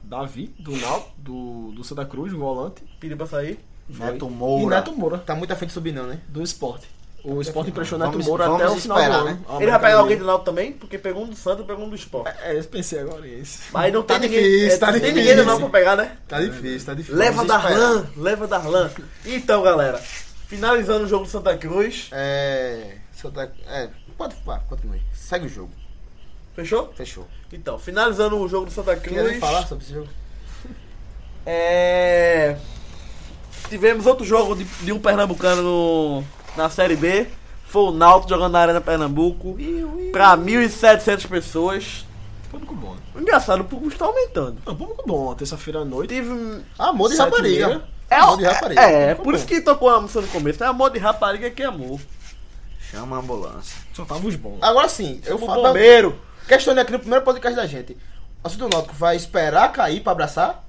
Davi, do Nau, do, do Santa Cruz, volante. Pediu pra sair. Neto E Moura. Neto Moura, Tá muito à frente de subir, não, né? do esporte. O esporte emprestou Neto Vamos- Moura vamos até o final esperar, do ano. né? Ah, Ele vai pegar alguém América do Náutico também, porque pegou um do Santos e pegou um do Sport. Mineiro. É, eu pensei agora isso. Mas não Tá tem ninguém. difícil, é, tá não tem difícil. ninguém do Náutico pra pegar, né? Tá difícil, tá difícil. Leva esperar. Darlan, leva Darlan. Então, galera, finalizando o jogo do Santa Cruz. É. Santa- É. Pode. pá, Continue. Segue o jogo. Fechou? Fechou. Então, finalizando o jogo do Santa Queria Cruz. nem falar sobre esse jogo. É... Tivemos outro jogo de, de um pernambucano no- na Série B. Foi o Náutico jogando na Arena Pernambuco. Pra 1.700 pessoas. Público bom, né? Engraçado, o público está aumentando. Não, público bom. Terça-feira à noite. Tive... um Amor de Sete e rapariga. meia. É, Amor de rapariga. é, é, Tá por bom. isso que tocou a música no começo. É amor de rapariga que é amor. Chama a ambulância. Só tava os bons. Agora sim, eu O falo. bombeiro. Questionei aqui é no primeiro podcast da gente. O assunto do Náutico vai esperar cair pra abraçar?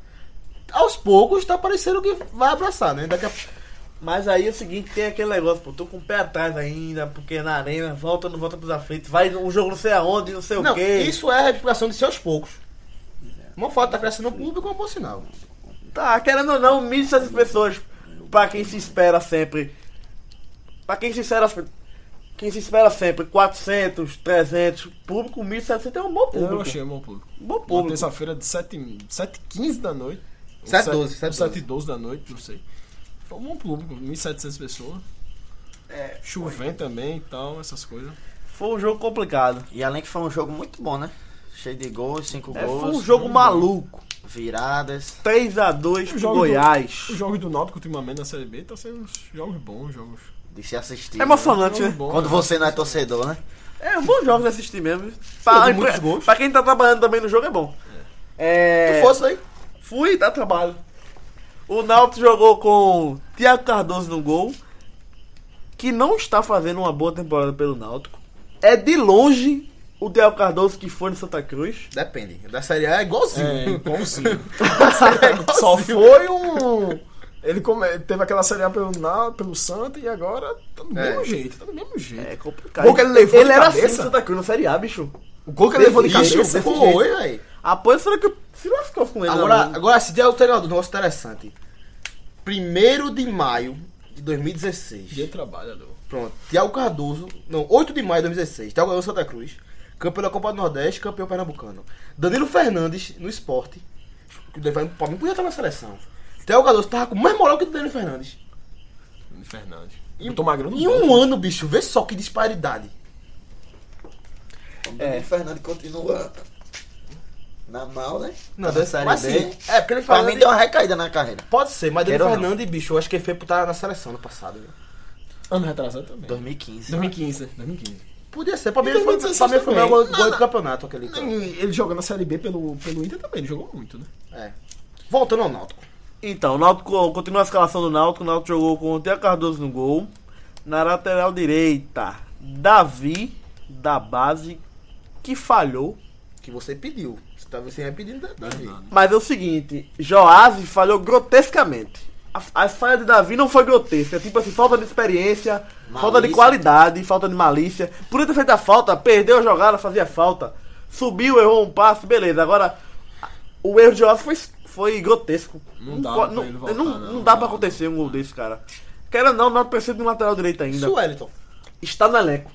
Aos poucos tá parecendo que vai abraçar, né? Daqui a... Mas aí é o seguinte, tem aquele negócio, pô, tô com o pé atrás ainda, porque na arena, volta, não volta pros aflitos, vai um jogo não sei aonde, não sei o Não, quê. isso é a explicação de ser aos poucos. Uma foto tá crescendo no público é um bom sinal. Tá, querendo ou não, 1.700 pessoas pra quem se espera sempre. Pra quem se espera, quem se espera sempre 400, 300, público 1.700 é um bom público. Eu achei um bom público. Um bom Uma público. terça-feira de 7h15 da noite. Ou 7h12, sete- ou 7h12. 7h12 da noite, não sei. Foi um bom público, 1.700 pessoas. É, Chovendo também e tal, essas coisas. Foi um jogo complicado. E além que foi um jogo muito bom, né? Cheio de gols, cinco É, gols. foi um jogo maluco. Viradas. 3x2 pro jogo do- Goiás. Os jogos do Náutico ultimamente na Série B tá sendo uns jogos bons, jogos. De se assistir. É emocionante, jogos né? bons, Quando né? você não é torcedor, né? É um bom jogo de assistir mesmo. Pra, muitos pra- gols. pra quem tá trabalhando também no jogo é bom. É, Se fosse aí, Fui dar trabalho. O Náutico jogou com Thiago Cardoso no gol, que não está fazendo uma boa temporada pelo Náutico. É de longe o Thiago Cardoso que foi no Santa Cruz. depende. Da série A é igualzinho. É, bonzinho. Só foi um. Ele come- teve aquela Série A pelo, Na... pelo Santa e agora tá do É. mesmo jeito, tá do mesmo jeito. É complicado. Gol que ele levou de era cabeça? assim no Santa Cruz, na Série A, bicho. O gol que ele levou de Ixi, cabeça foi, foi. velho. Após será é que se lascou com ele. Agora, né, mano? agora, se der o treinador, um negócio interessante. 1 de maio de 2016. Dia de trabalho, Adolfo. Pronto. Tiago Cardoso. Não, 8 de maio de 2016. Tiago Cardoso Santa Cruz. Campeão da Copa do Nordeste, campeão pernambucano. Danilo Fernandes no esporte. Que deve- Pra mim podia estar na seleção. Tiago Cardoso tava com mais moral que o Danilo Fernandes. Fernandes. Em- Eu tô magrando Em um ano, bicho, vê só que disparidade. O Fernando continua na mal, né? Não, Tá na Série mas B. sim, é, porque ele Pra mim Fernandes, deu uma recaída na carreira. Pode ser, mas Danilo Quero ou não. Fernandes, bicho, eu acho que ele foi por estar na seleção no passado. viu? Ano retrasado também. 2015. 2015, né? 2015. Podia ser. Pra mim, Em ele foi, pra 2016 mim foi o melhor também. gol gol do campeonato aquele. cara. Ele jogou na Série B pelo, pelo Inter também, ele jogou muito, né? É. Voltando ao Náutico. Então, o Náutico continua a escalação do Náutico. O Náutico jogou com o Thiago Cardoso no gol. Na lateral direita, Davi, da base, que falhou. Que você pediu. Você tava sem pedindo né? da- Davi. Mas é o seguinte, Joás falhou grotescamente. A, a falha de Davi não foi grotesca, tipo assim, falta de experiência, falta de Malícia. qualidade, falta de malícia. Por ter feito a falta, perdeu a jogada, fazia falta. Subiu, errou um passe, beleza. Agora, a- o erro de Joás foi, foi grotesco. Não dá co- pra não, ele voltar, não- não. não dá pra acontecer um gol desse, cara. Quero ou não, não precisa de um lateral direito ainda. Isso, Wellington. Está no elenco.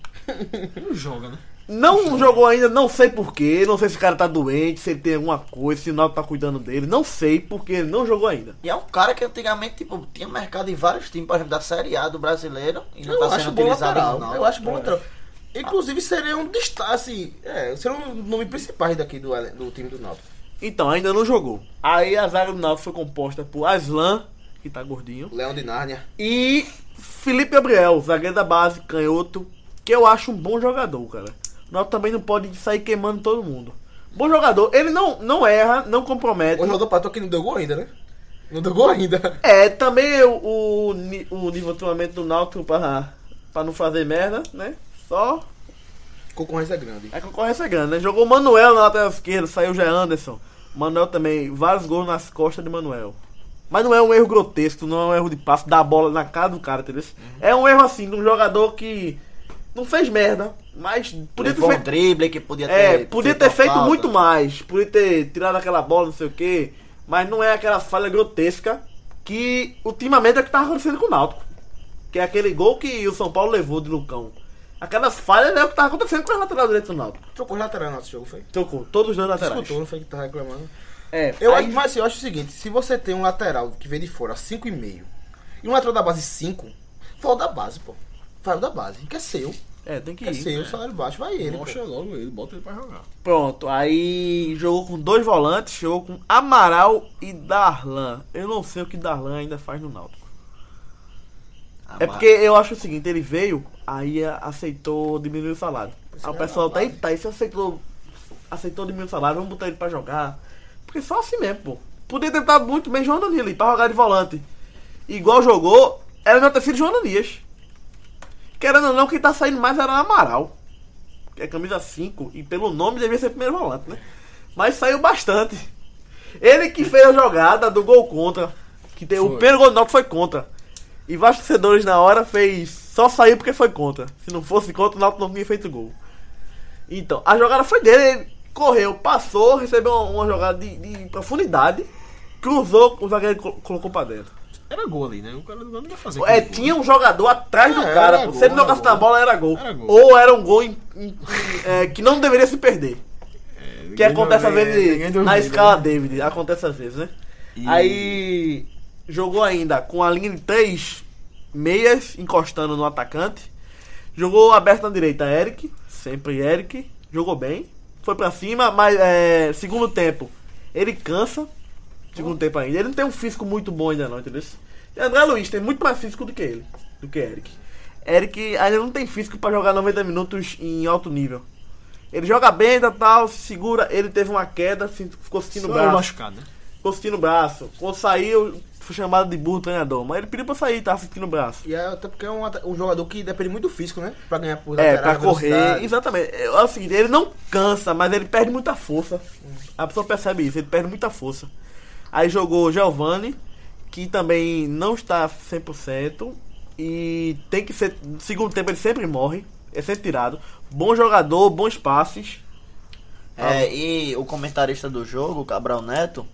Ele não joga, né? Não jogou ainda, não sei porquê. Não sei se o cara tá doente, se ele tem alguma coisa, se o Náutico tá cuidando dele. Não sei porque ele não jogou ainda. E é um cara que antigamente tipo, tinha mercado em vários times, por exemplo, da Série A do brasileiro. E não Eu tá acho sendo bom utilizado lateral. não. Eu acho bom lateral. Inclusive seria um destaque, assim, é, seria um nome principal daqui do, do time do Náutico. Então, ainda não jogou. Aí a zaga do Náutico foi composta por Aslan, que tá gordinho, Leão de Nárnia. e Felipe Gabriel, zagueiro da base, canhoto, que eu acho um bom jogador, cara. O Náutico também não pode sair queimando todo mundo. Bom jogador, ele não, não erra, não compromete. O jogador patou que não deu gol ainda, né? Não deu gol ainda. (laughs) É, também o, o, ni- o nível de treinamento do Náutico pra, pra não fazer merda, né? Só Concorrência grande. a concorrência é grande, né? Jogou o Manuel na lateral esquerda, saiu o Jean Anderson. Manuel também, vários gols nas costas de Manuel. Mas não é um erro grotesco, não é um erro de passo, dá a bola na cara do cara, entendeu? Uhum. É um erro assim, de um jogador que não fez merda, mas podia ter Levou um feito drible que podia ter. é, podia ter a feito falta. muito mais. Podia ter tirado aquela bola, não sei o quê. Mas não é aquela falha grotesca que ultimamente é o que tava acontecendo com o Náutico. Que é aquele gol que o São Paulo levou de Lucão. Aquela falha é o que tava acontecendo com a lateral direita do Náutico. Trocou lateral no nosso jogo, foi? Trocou todos os dois laterais. Escutou, não foi que tá reclamando. É, Eu, aí- acho- mas assim, eu acho o seguinte, se você tem um lateral que vem de fora 5,5 e um lateral da base 5, vai o da base, pô. Vai o da base, que é seu. é, tem que Que é ir. seu, salário baixo, vai ele, pô. Mostra É, logo ele, bota ele pra jogar. Pronto, aí jogou com dois volantes, jogou com Amaral e Darlan. Eu não sei o que Darlan ainda faz no Náutico. Ah, É mas- porque eu acho o seguinte, ele veio, aí a- aceitou diminuir o salário. Aí o pessoal tá aí, tá, esse aceitou, aceitou diminuir o salário, vamos botar ele pra jogar. Porque só assim mesmo, pô. Podia ter estado muito bem João Danilo aí, pra jogar de volante. Igual jogou, era meu filho João Danias. Querendo ou não, quem tá saindo mais era o Amaral. Que é camisa 5, e pelo nome devia ser primeiro volante, né? Mas saiu bastante. Ele que fez a jogada do gol contra. Que tem, o primeiro gol do Náutico foi contra. E vários torcedores na hora fez. Só saiu porque foi contra. Se não fosse contra, o Náutico não tinha feito gol. Então, a jogada foi dele, ele correu, passou, recebeu uma, uma jogada de, de profundidade, cruzou, o zagueiro col- colocou pra dentro. Era gol ali, né? O cara não ia fazer. É, aquele gol. tinha um jogador atrás do Ah, cara. era pô. gol, Se ele era jogasse gol. na bola, era gol. Era gol. Ou era um gol em- em- (laughs) é, que não deveria se perder. que É, ninguém acontece às dormia, vezes ninguém dormia, na escala né? David. Acontece às vezes, né? Aí jogou ainda com a linha de três meias encostando no atacante. Jogou aberto na direita Eric, sempre Eric. Jogou bem. Foi pra cima, mas é, segundo tempo ele cansa. Segundo tempo ainda. Ele não tem um físico muito bom ainda não, entendeu? E André Luiz tem muito mais físico do que ele, do que Eric. Eric ainda não tem físico pra jogar 90 minutos em alto nível. Ele joga bem, tal, tal, se segura. Ele teve uma queda, se- ficou sentindo o Só era braço. machucado, né? Ficou sentindo o braço. Quando saiu, foi chamado de burro treinador. Mas ele pediu pra sair, tava sentindo o braço. E é até porque é um, ata- um jogador que depende muito do físico, né? Pra ganhar por É, lateral, pra correr. velocidade. Exatamente. É, é o seguinte, ele não cansa, mas ele perde muita força. A pessoa percebe isso, ele perde muita força. Aí jogou Giovanni, que também não está 100%. E tem que ser. No segundo tempo ele sempre morre. É sempre tirado. Bom jogador, bons passes. É, e o comentarista do jogo, o Cabral Neto,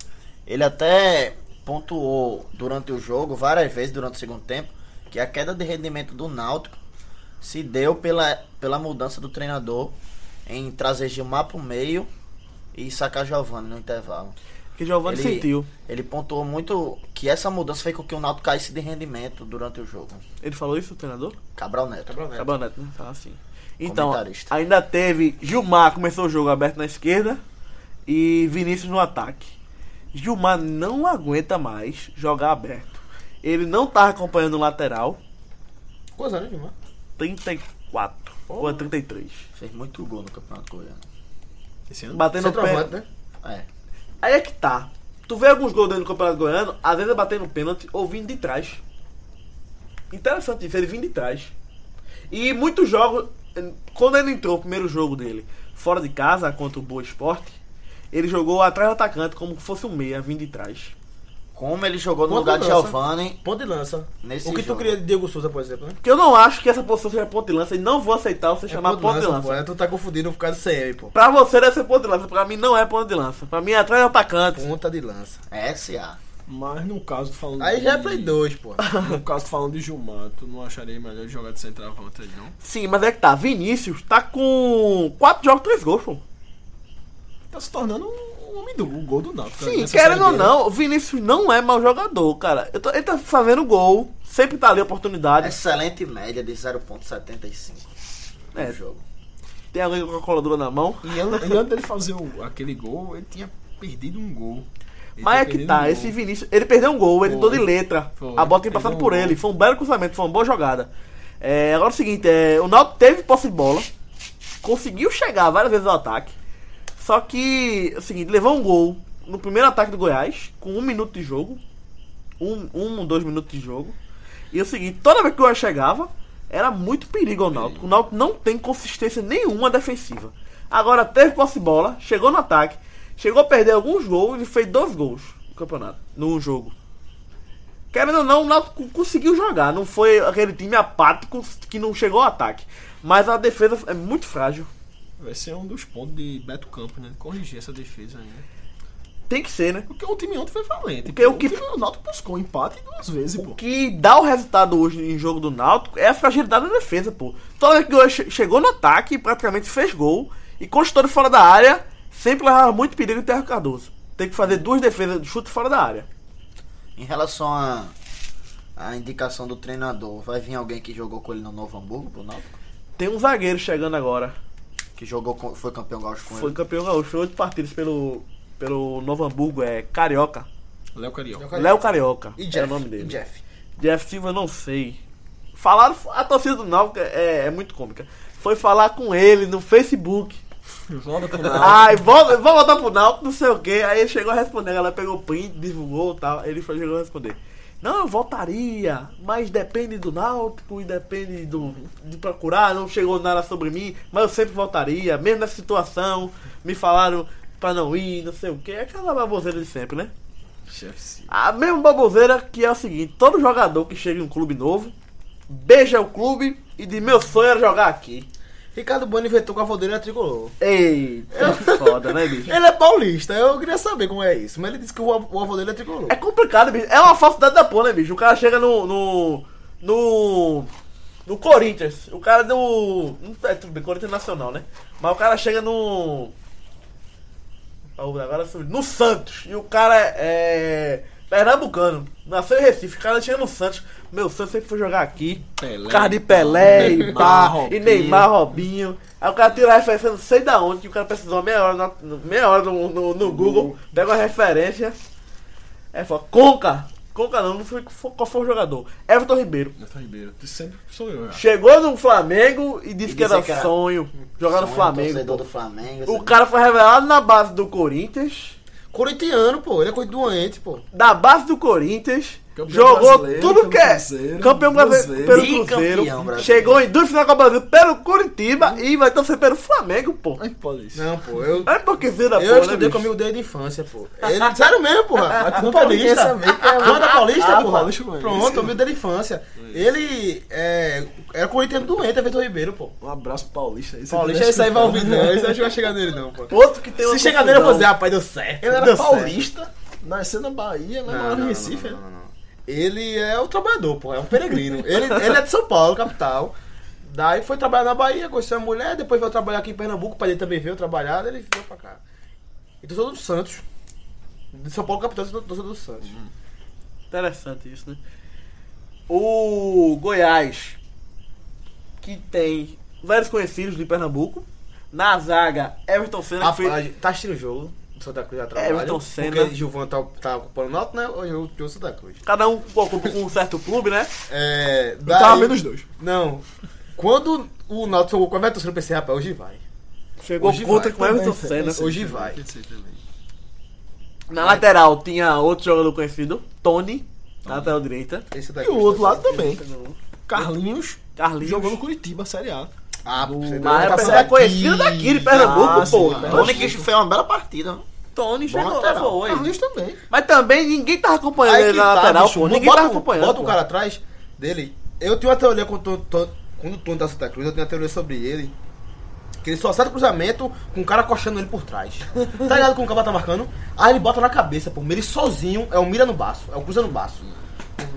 ele até pontuou durante o jogo, várias vezes durante o segundo tempo, que a queda de rendimento do Náutico se deu pela, pela mudança do treinador em trazer Gilmar pro meio e sacar Giovanni no intervalo. Que Giovanni Ele- sentiu. Ele pontuou muito que essa mudança fez com que o Náutico caísse de rendimento durante o jogo. Ele falou isso, o treinador? Cabral Neto. É. Cabral Neto, né? Tá assim. Então, Comentarista. ainda teve Gilmar, começou o jogo aberto na esquerda e Vinícius no ataque. Gilmar não aguenta mais jogar aberto. Ele não tá acompanhando o lateral. Quantos anos, Gilmar? 34 ou é 33. Fez muito gol no Campeonato Goiano. Esse ano. Batendo o pé. Centroavante, né? É. Aí é que tá. Tu vê alguns gols dele no Campeonato Goiano, às vezes é batendo pênalti ou vindo de trás. Interessante isso, ele vindo de trás. E muitos jogos, quando ele entrou o primeiro jogo dele, fora de casa, contra o Boa Esporte, ele jogou atrás do atacante como se fosse um meia, vindo de trás. Como ele jogou no Boa lugar de cobrança. Giovanni Ponto de lança. nesse o que jogo. tu queria de Diego Souza, por exemplo, né? Porque eu não acho que essa posição seja ponta de lança e não vou aceitar você chamar de ponta de pô. lança. É, Tu tá confundindo por causa do CM, pô. Pra você deve ser ponta de lança, pra mim não é ponta de lança. Pra mim é atrás do atacante. Ponta de lança. é SA. Mas no caso, tu falando. Aí já é de- Play 2, pô. (laughs) No caso, tu falando de Gilmar, tu não acharia melhor jogar de centroavante aí, não? Sim, mas é que tá, Vinícius tá com 4 jogos, 3 gols, pô. Tá se tornando um homem do um gol do Náutico. Sim, nessa querendo ou Série B, né? não, o Vinícius não é mau jogador, cara. Eu tô- ele tá fazendo gol, sempre tá ali a oportunidade. Excelente média de 0.75 no É. jogo. Tem alguém com a coladora na mão. E an- e antes dele fazer o- aquele gol, ele tinha perdido um gol. Ele Mas tinha é que perdido um tá, gol. esse Vinícius, ele perdeu um gol, ele Foi. entrou de letra. Foi. A bola tinha passado Perdeu um por gol. ele, foi um belo cruzamento, foi uma boa jogada. É, agora é o seguinte, é, o Náutico teve posse de bola, conseguiu chegar várias vezes ao ataque, só que, é o seguinte, levou um gol no primeiro ataque do Goiás, com um minuto de jogo, um, um dois minutos de jogo, e é o seguinte, toda vez que o Goiás chegava, era muito perigo ao Náutico, o Náutico não tem consistência nenhuma defensiva. Agora teve posse de bola, chegou no ataque, chegou a perder alguns gols e fez dois gols no campeonato, num jogo. Querendo ou não, o Náutico conseguiu jogar. Não foi aquele time apático que não chegou ao ataque. Mas a defesa é muito frágil. Vai ser um dos pontos de Beto Campos, né? Corrigir essa defesa ainda. Tem que ser, né? Porque o time ontem foi valente. Porque pô. o que- time, o Náutico buscou empate duas vezes, O pô. que dá o resultado hoje em jogo do Náutico é a fragilidade da defesa, pô. Toda vez que o Goiás che- chegou no ataque, praticamente fez gol. E constando fora da área, sempre levava muito perigo o Terra Cardoso. Tem que fazer duas defesas de chute fora da área. Em relação à à indicação do treinador, vai vir alguém que jogou com ele no Novo Hamburgo, pro Náutico? Tem um zagueiro chegando agora. Que jogou com- foi campeão gaúcho com Foi ele. campeão gaúcho. Oito partidos pelo, pelo Novo Hamburgo. É Carioca. Léo Carioca. Léo Carioca. É E é Jeff, o nome dele. e Jeff. Jeff Silva, eu não sei. Falaram, a torcida do Náutico é, é muito cômica. Foi falar com ele no Facebook. Volta pro Náutico. Ai, volta, vou voltar pro Náutico, não sei o que. Aí ele chegou a responder, ela pegou o print, divulgou e tal. Ele foi, chegou a responder. Não, eu voltaria, mas depende do Náutico e depende do, de procurar. Não chegou nada sobre mim, mas eu sempre voltaria, mesmo nessa situação. Me falaram pra não ir, não sei o que. Aquela baboseira de sempre, né? Chefe Silva. A mesma baboseira que é o seguinte: todo jogador que chega em um clube novo beija o clube e diz meu sonho era jogar aqui. Ricardo Bueno inventou com a vodeira é tricolor. Eita, que foda, né, bicho? Ele é paulista, eu queria saber como é isso. Mas ele disse que o avô o avô dele é tricolor. É complicado, bicho. É uma falsidade da porra, né, bicho? O cara chega no. no. no. no Corinthians. O cara do. Não, é tudo bem, Corinthians Nacional, né? Mas o cara chega no. Ah, Agora subiu. No Santos. E o cara é. Pernambucano. Nasceu em Recife. O cara chega no Santos. Meu, o Santos sempre foi jogar aqui. Pelé. Por causa de Pelé e pá, Neymar, e Neymar, Robinho. Aí o cara tira a referência, não sei da onde, que o cara precisou uma meia hora, na, meia hora no, no- no Google, pega uma referência. É fala, Conca! Conca não, não foi foi- qual foi o jogador. Everton Ribeiro. Neto Ribeiro. Tu sempre sou eu, já. Chegou no Flamengo e disse que disse era que era sonho jogar no Sonho, Flamengo. torcedor pô. do Flamengo. O sabe? cara foi revelado na base do Corinthians. Corintiano, pô. Ele é coisa doente, pô. Da base do Corinthians, Campeão jogou brasileiro, tudo que é. cruzeiro, Campeão brasileiro cruzeiro. pelo Bicampeão Cruzeiro. brasileiro. Chegou em duas finais da Copa do Brasil pelo Curitiba e vai torcer pelo Flamengo, pô. Ai, pode isso. Não, pô. Eu, É hipocrisia da porra, eu né, estudei bicho? com amigo dele de infância, pô. Ele, sério mesmo, (laughs) porra. Tu paulista. Tu é da Ah, paulista, é porra. paulista, mano. Pronto, amigo dele de infância. Ele é, era corintiano doente, é Vitor Ribeiro, pô. Um abraço pro paulista aí. Você Paulista, deve esse aí vai escutar. ouvir, não. Esse aí não vai chegar nele, não, né? pô. Outro que tem uma Se chegar nele, eu vou dizer, confusão. rapaz, deu certo. Ele era deu certo. paulista, nasceu na Bahia, mas mora em Recife. né? Ele é o trabalhador, pô, é um peregrino. ele, ele é de São Paulo, capital. Daí foi trabalhar na Bahia, conheceu a mulher, depois veio trabalhar aqui em Pernambuco, o pai dele também veio trabalhar, daí ele veio pra cá. E torcedor do Santos. De São Paulo, capital, torcedor torcedor do Santos. Interessante isso, né? O Goiás, que tem vários conhecidos de Pernambuco. Na zaga, Everton Senna, que fez... Rapaz, tá assistindo o jogo, o Santa Cruz já trabalha. Everton Senna. Porque Gilvan tá, tá ocupando o Náutico, né? Hoje eu o Santa Cruz. cada um ocupa um certo clube, né? É, Eu daí, tava vendo os dois. Não. Quando o Náutico jogou com o Everton Senna, eu pensei, rapaz, hoje vai. Chegou Hoje contra vai, com Everton Também, Senna. sim, Hoje sim, vai. tem que ser também. Na lateral tinha outro jogador conhecido, Tony, na lateral direita. Esse E daqui. o outro lado tá- também. Carlinhos Carlinhos. jogou no Curitiba, Série A. Ah, você Mas tá é falando conhecido daqui de Pernambuco, Ah, sim, pô. cara. O único que fez uma bela partida. né? Tony chegou, lateral. foi. Carlinhos também. Mas também ninguém tava acompanhando Aí ele que na tá, lateral, bicho. pô. Ninguém bota, tava acompanhando. Bota o pô. cara atrás dele. Eu tenho uma teoria com o Ton- Ton- quando o Tony da Santa Cruz, eu tenho uma teoria sobre ele. Que ele só acerta o cruzamento com o cara coxando ele por (laughs) trás. tá ligado como o cara tá marcando? Aí ele bota na cabeça, pô. Ele sozinho é o mira no baço, é o cruza no baço.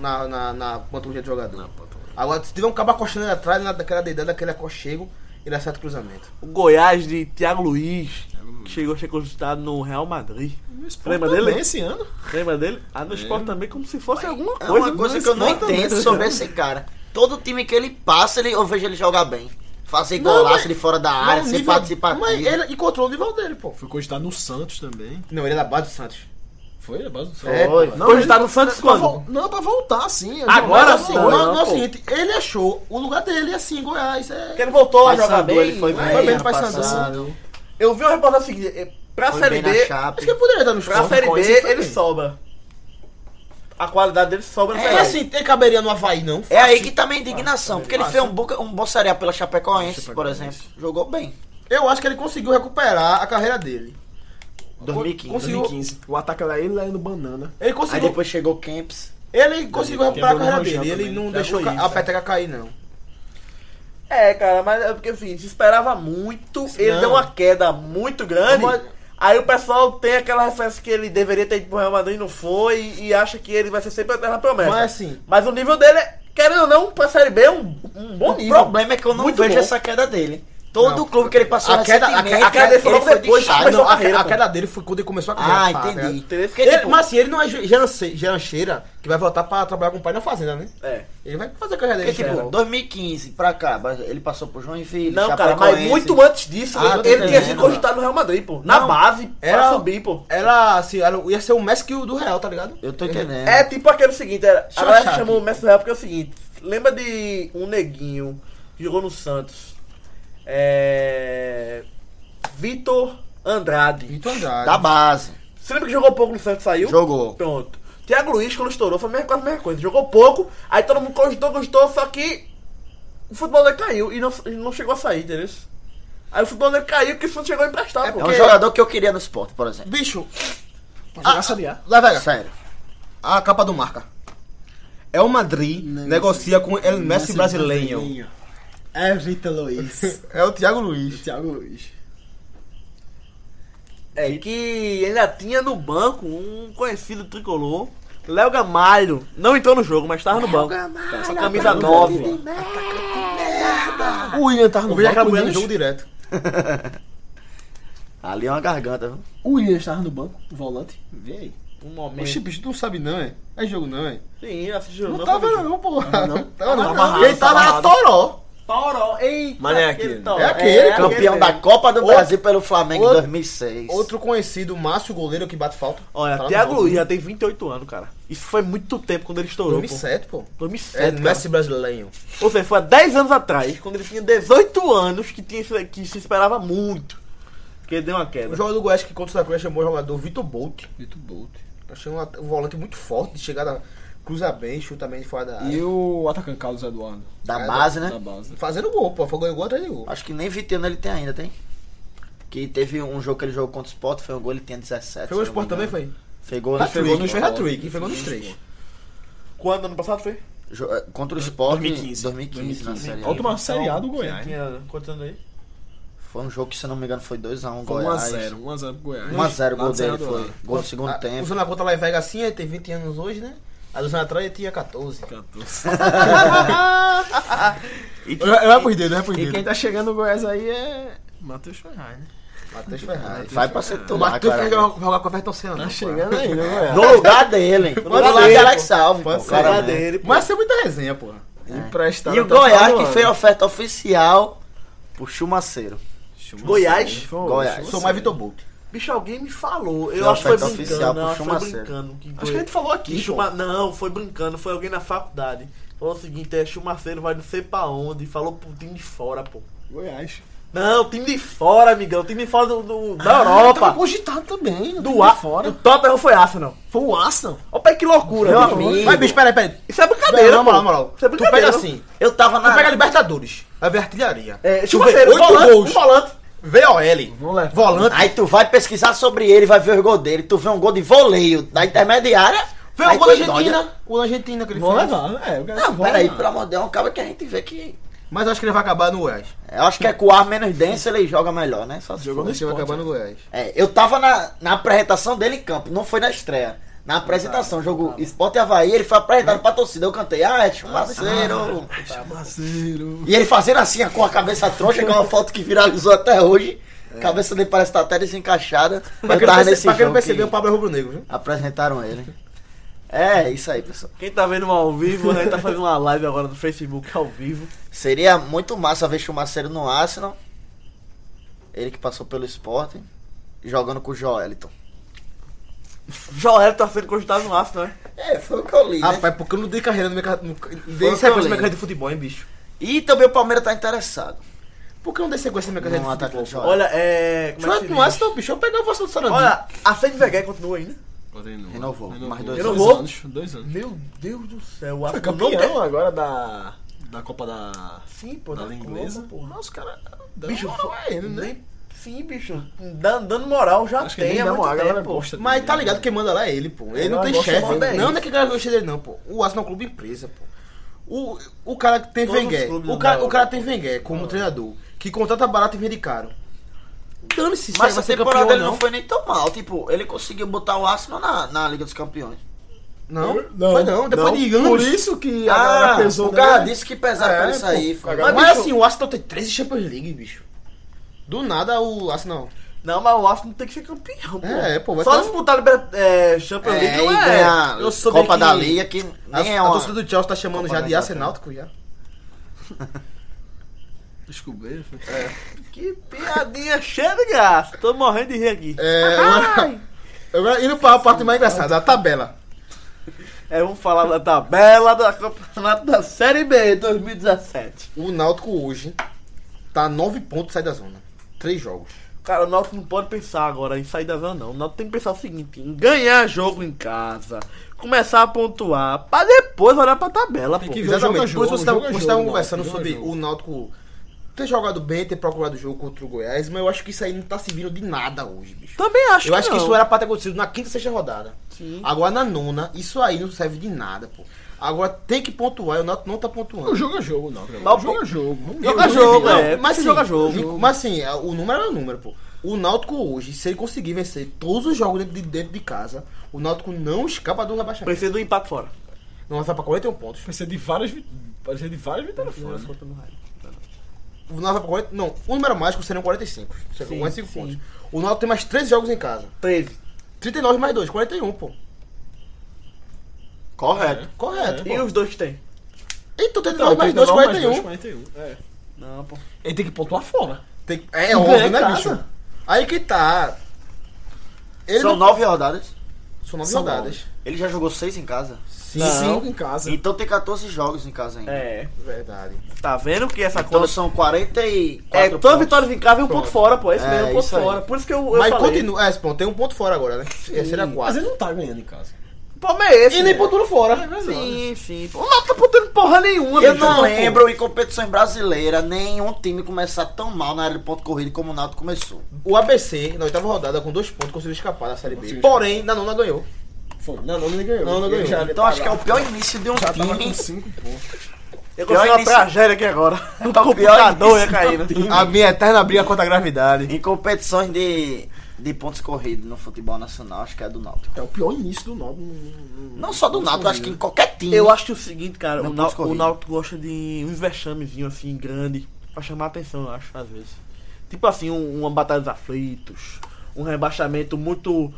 Na, na, na panturrilha de jogador. Agora, se tiver um cabo acochando ele atrás, na- daquela dedada, daquele aconchego, ele acerta o cruzamento. O Goiás de Thiago Luiz, que chegou a ser consultado no Real Madrid. O Sport Lembra também dele? esse ano. Lembra dele? Ah, no Sport também, como se fosse alguma É coisa. uma coisa que eu não né? entendo sobre esse cara. Todo time que ele passa, ele, eu vejo ele jogar bem. Fazer Não, golaço mas- de fora da área, Mas o sem nível- participar. Mas ele encontrou o nível dele, pô. Foi cogitado no Santos também. Não, ele é da base do Santos. Foi a base do Santos. É, Não, Hoje ele- tá no Santos pra quando? vol- Não, pra voltar, sim. a Agora jornada sim. boa. Não, Não, não, é o pô. seguinte, ele achou o lugar dele assim, em Goiás. É... Porque ele voltou a Vai jogar saber, bem. Ele foi né? vai bem. ano pra assim. passado, Eu vi uma reportagem seguinte, eh, pra foi Série bem na B, Chape. Acho que ele poderia estar no pra esporte. Série B, Corinthians foi ele bem. sobra. A qualidade dele sobra. É assim, ele caberia no Havaí, não? É aí que tá minha indignação, porque ele fez um, boca, um boçaria pela Chapecoense, por exemplo. Jogou bem. Eu acho que ele conseguiu recuperar a carreira dele. 2015. Conseguiu. 2015. O ataque era ele lá é no Banana. Ele Aí conseguiu, depois chegou o Camps. ele conseguiu recuperar a Quebrou no carreira Rangel dele. Ele também. não Thiago deixou ca- Luiz, a né? peteca cair, não. É, cara, mas é porque assim, se esperava muito, ele Não. deu uma queda muito grande. Aí o pessoal tem aquela referência que ele deveria ter ido pro Real Madrid não foi e, e acha que ele vai ser sempre a terra promessa. Mas assim, Mas o nível dele, é, querendo ou não, pra Série B é um, um bom O nível. problema é que eu não Muito vejo bom. essa queda dele. Todo Não. clube que ele passou A queda- a recentemente, queda- a queda dele foi ele logo depois, deixado. mas não, sua a, carreira, a pô. queda dele foi quando ele começou a carreira. Ah, tá, né? entendi. Entendeu? Porque, Ele- tipo, mas assim, ele não é ge- gerance- gerancheira que vai voltar pra trabalhar com o pai na fazenda, né? é. Ele vai fazer a carreira dele. Porque, tipo, 2015 pra cá, ele passou pro Joinville, Não, cara, mas Chapecoense. muito antes disso, Ah, tô ele tinha entendendo, sido cogitado no Real Madrid, pô. Na Não, base, pra era- subir, pô. Era assim, era, ia ser o Messi que o do Real, tá ligado? Eu tô entendendo. É tipo aquele seguinte, era, Deixa a eu galera achar chamou aqui. o Messi do Real porque é o seguinte, lembra de um neguinho que jogou no Santos? É. Vitor Andrade. Vitor Andrade. da base. Você lembra que jogou pouco no Santos saiu? Jogou. Pronto. Thiago Luiz, quando estourou, foi a mesma- quase a mesma coisa. Jogou pouco, aí todo mundo cogitou, cogitou, só que o futebol dele caiu e não, e não chegou a sair, entendeu? Aí o futebol dele caiu porque o Santos chegou a emprestar, É pô. É um Porque- jogador que eu queria no esporte, por exemplo. Bicho, Pra Ah, jogar Série A. lá vai. Sério. A capa do marca. É o Madrid, negocia com El Messi brasileiro. É Vitor Luiz. (laughs) É o Thiago Luiz. Thiago Luiz. É que ainda tinha no banco um conhecido tricolor, Léo Gamalho. Não entrou no jogo, mas tava no banco. Com essa camisa 9. O William tava Eu no vejo aquela banco. O mulher no jogo William, direto. Ali é uma garganta, viu? o William tava no banco, o volante. Vê aí. Um momento. Oxi, bicho, tu não sabe não, é? É jogo não, é? Sim, assistiu. Não tava não, porra. (laughs) Não tava não. amarrado, Quem tava tá era Toró. Toró, tipo, eita. Mas não é aquele, toró. É aquele, Campeão da Copa do Outro- Brasil pelo Flamengo em outro- 2006. Outro conhecido, Márcio, goleiro que bate falta. Olha, Tá lá no Thiago jogo. Luiz já tem 28 anos, cara. Isso foi muito tempo quando ele estourou, pô. 2007, pô. 2007, É cara. Messi brasileiro. Ou seja, foi há 10 anos atrás, quando ele tinha 18 anos, que, tinha, que se esperava muito. Porque deu uma O queda. jogador do Goiás que contra é o Santa Cruz chamou o jogador Vitor Bolt. Vitor Bolt. Achei um, at- um volante muito forte, de chegada, cruza bem, chuta bem de fora da área. E o atacante Carlos Eduardo. da cara, base, né? Da base. Fazendo gol, pô. Foi gol, gol atrás de gol. Acho que nem Viteno ele tem ainda, tem? Que teve um jogo que ele jogou contra o Sport, foi um gol, ele tinha 17. Foi gol se não me Sport também, engano. foi? Foi gol, Hat-trick, foi gol no Foi hat-trick, foi gol nos três. Quando ano passado foi? Jo- eh, Contra o Sport 2015. 2015, 2015 na é. série. A. A última Série A do Goiás. Tinha quantos anos aí? Foi um jogo que, se não me engano, foi 2x1 um, Foi Goiás. 1x0. 1x0 pro Goiás. 1x0 o Lá gol no Serra dele do foi. Ar. Gol do segundo Ah, tempo. Usando a conta lá em Vega assim, ele tem 20 anos hoje, né? Há dois anos atrás ele tinha 14. 14. Eu é por dedo, é por E quem tá chegando no Goiás aí é. Matheus Ferraz, né? Matheus Ferraz. Vai pra ser O tomar, Matheus Ferraz vai cara. jogar com a Vertão Senna. Tá chegando aí, né, Goiás? No lugar dele. No Pode lugar ser, dele, Alex pô. Salve. Pode pô, ser. Tá, cara, né? dele, pô. Mas é muita resenha, porra. Emprestado E o até final Goiás do que ano. fez a oferta oficial pro Chumaceiro. Goiás? Foi um- Goiás. Sou mais Vitor Bolt. Bicho, alguém me falou. Eu Foi acho que tá oferta foi oficial brincando. pro eu Acho que foi Schumacher. brincando. Que Acho que a gente falou aqui. pô. Chuma... Não, foi brincando. Foi alguém na faculdade. Falou o seguinte: é Chumaceiro vai não sei pra onde. Falou pro time de fora, pô. Goiás. Não, time de fora, amigão. Time de fora do, do- da Europa. Tava cogitado também. Do ar. O fora. Tottenham foi Arsenal. Foi o Arsenal. Olha pai, que loucura. Meu bicho. amigo. Mas, bicho, peraí, peraí. Isso é brincadeira, Não, na moral, pô. na moral. Isso é Tu brincadeira. pega assim. Eu tava Tu na. pega a Libertadores, vai ver artilharia. É, Tu vê Chumaceiro, oito volante, gols. um volante. VOL, Vamos lá. volante. Aí tu vai pesquisar sobre ele, vai ver o gol dele. Tu vê um gol de voleio da intermediária. Vê o aí gol da tu endoida. Argentina. O gol da Argentina que ele Vão fez. levar, né? É, o cara Não, vão peraí, levar. pelo amor de Deus, é um cara que a gente vê que. Mas eu acho que ele vai acabar no Goiás. Eu acho que é com o ar menos denso ele joga melhor, né? Só se Jogou for. no Acho que vai esporte. acabar no Goiás. É, eu tava na, na apresentação dele em campo, não foi na estreia. Na apresentação, jogo Sport e Havaí, ele foi apresentado pra torcida. Eu cantei, ah, é chumaceiro. Ah, tá Parceiro. E ele fazendo assim, ó, com a cabeça troncha, que é uma foto que viralizou até hoje. A cabeça dele parece que tá até desencaixada. É. Pra eu quem não perce- tava tá nesse pra quem não jogo percebeu, que o Pablo é rubro-negro, viu? apresentaram ele. É, isso aí, pessoal. Quem tá vendo ao vivo, a gente tá fazendo uma live agora no Facebook ao vivo. Seria muito massa ver Chumaceiro no Arsenal. Ele que passou pelo Sporting, jogando com o Joeliton. Joel tá sendo cogitado no Arsenal, né? É, foi o que eu li, né? Rapaz, porque eu não dei carreira no meu carro. Não Foi dei é o que um sequência na eu minha li. carreira de futebol, hein, bicho? E também o Palmeiras tá interessado. Por que eu não dei sequência na minha Não, carreira de atacante futebol? Joel. Olha, é. Como é que Joga se com diz? aço, não, bicho. Eu pegar o vosso do Sarandí. Olha, a é Sede Vegué continua ainda. Renovou, mais dois Renovou? anos. Dois anos. Meu Deus do céu, o Arsenal não Campeão quer. agora da, da Copa da, Sim, pô, da da Liga Inglesa. Colômbia, porra. Mas os caras. Bicho, moral é, a ele, né? nem- Sim, bicho, dando, dando moral já Acho que é tem nem há dá muito moral, a galera tempo. gosta. Mas tá ligado que quem manda lá é ele, pô. Ele Eu não tem gosto chefe. mais dele. Não, não é que o cara gosta dele, não, pô. O Arsenal é um clube empresa, pô. O, o cara que tem Todos Wenger. os clubes O não cara, dão, o cara né? tem Wenger como treinador. Que contrata barato e vende caro. Dane-se se Mas vai essa ser campeão temporada ou dele não não. foi nem tão mal. Tipo, ele conseguiu botar o Arsenal na, na Liga dos Campeões. Não, foi não. Depois de Por anos. Ah, isso que a galera pesou. Ah, o cara né? nele. disse que pesaram É, pra ele sair. pô, foi. cagada. Mas, bicho- assim, o Arsenal tem 13 Champions League, bicho. Do nada o Arsenal. Não, mas o Arsenal tem que ser campeão, pô. É, pô, vai Só ter- disputar a Liber- é, Champions É, League não e é. ganhar eu soube Copa que da Liga que A, nem é a uma... torcida do Chelsea tá chamando Copa já da de Inglaterra. Arsenaltico já. Descobri. foi. Que piadinha cheia de graça. Tô morrendo de rir aqui. É, agora, agora indo pra parte mais engraçada, a tabela. É, vamos falar da tabela da campeonato da Série B 2017. O Náutico hoje tá 9 pontos sai da zona. 3 jogos. Cara, o Náutico não pode pensar agora em sair da zona, não. O Náutico tem que pensar o seguinte, em ganhar jogo em casa, começar a pontuar, pra depois olhar pra tabela, pô. que ver. Exatamente. jogo é Depois jogo, você tava, jogo é vocês jogo, estavam Náutico, conversando jogo é sobre jogo. o Náutico ter jogado bem, ter procurado o jogo contra o Goiás, mas eu acho que isso aí não tá servindo de nada hoje, bicho. Também acho eu acho que não. isso era pra ter acontecido na quinta, sexta rodada. Sim. Agora na nona, isso aí não serve de nada, pô. Agora tem que pontuar, e o Náutico não tá pontuando. O jogo é jogo, não. cara. Mas, O jogo é jogo. Vamos ver. Joga jogo, Não, é. mas Mas sim, joga jogo. Mas assim, a- o número é o número, pô. O Náutico hoje, se ele conseguir vencer todos os jogos dentro de, dentro de casa, o Náutico não escapa do rebaixamento. Precisa do empate fora. Não vai pra 41 pontos. Precisa de várias vi- Precisa de várias vitórias fora. O né? Náutico vai pra 40, não, o número mágico seriam 45. Seriam Sim, 45 sim. pontos. O Náutico tem mais 13 jogos em casa. 13. 39 mais 2, 41, pô. Correto. Correto, É. E pô. os dois que tem? Então 39 Não, mais 2, 39 um mais 41. dois, 41. É. Não, pô. Ele tem que pontuar fora. Tem- é óbvio, em né, casa. bicho? Aí que tá. Ele São não- nove rodadas. São 9 são rodadas. Ele já jogou seis em casa. Cinco em casa. Então tem 14 jogos em casa ainda. É. Verdade. Tá vendo que essa Então conta... são 44 É, todas pontos. vitórias em casa e um ponto fora, pô. Esse É, mesmo, um ponto isso aí. fora. Por isso que eu, eu Mas falei. continua. É, esse ponto tem um ponto fora agora, né? Esse seria Mas 4. ele não tá ganhando em casa. O problema é esse. E nem né? pontuou fora. Sim, sim. pô. O Náutico tá botando porra nenhuma, Eu bicho. tá não lembro em competições brasileiras nenhum time começar tão mal na área de ponto corrido como o Náutico começou. O ABC, na oitava rodada, com dois pontos, conseguiu escapar da Série B. Porém, na nona ganhou. Foi. Não, não, ele ganhou. Não, não ganhou. Então acho que é o pior início de um Já tava com time. 5 pontos. Eu consegui uma início- é tragédia aqui (laughs) agora. Tá O computador ia caindo. A minha eterna briga contra a gravidade. Em competições de, de pontos corridos no futebol nacional, acho que é do Náutico. É o pior início do Nobre. no- no- no- Não só do Náutico, acho que em qualquer time. Eu acho que é o seguinte, cara, Não o, pontos Nau- o corridos. Náutico gosta de uns vexamezinhos assim, grande, pra chamar a atenção, eu acho, às vezes. Tipo assim, um, uma batalha dos aflitos, um rebaixamento muito.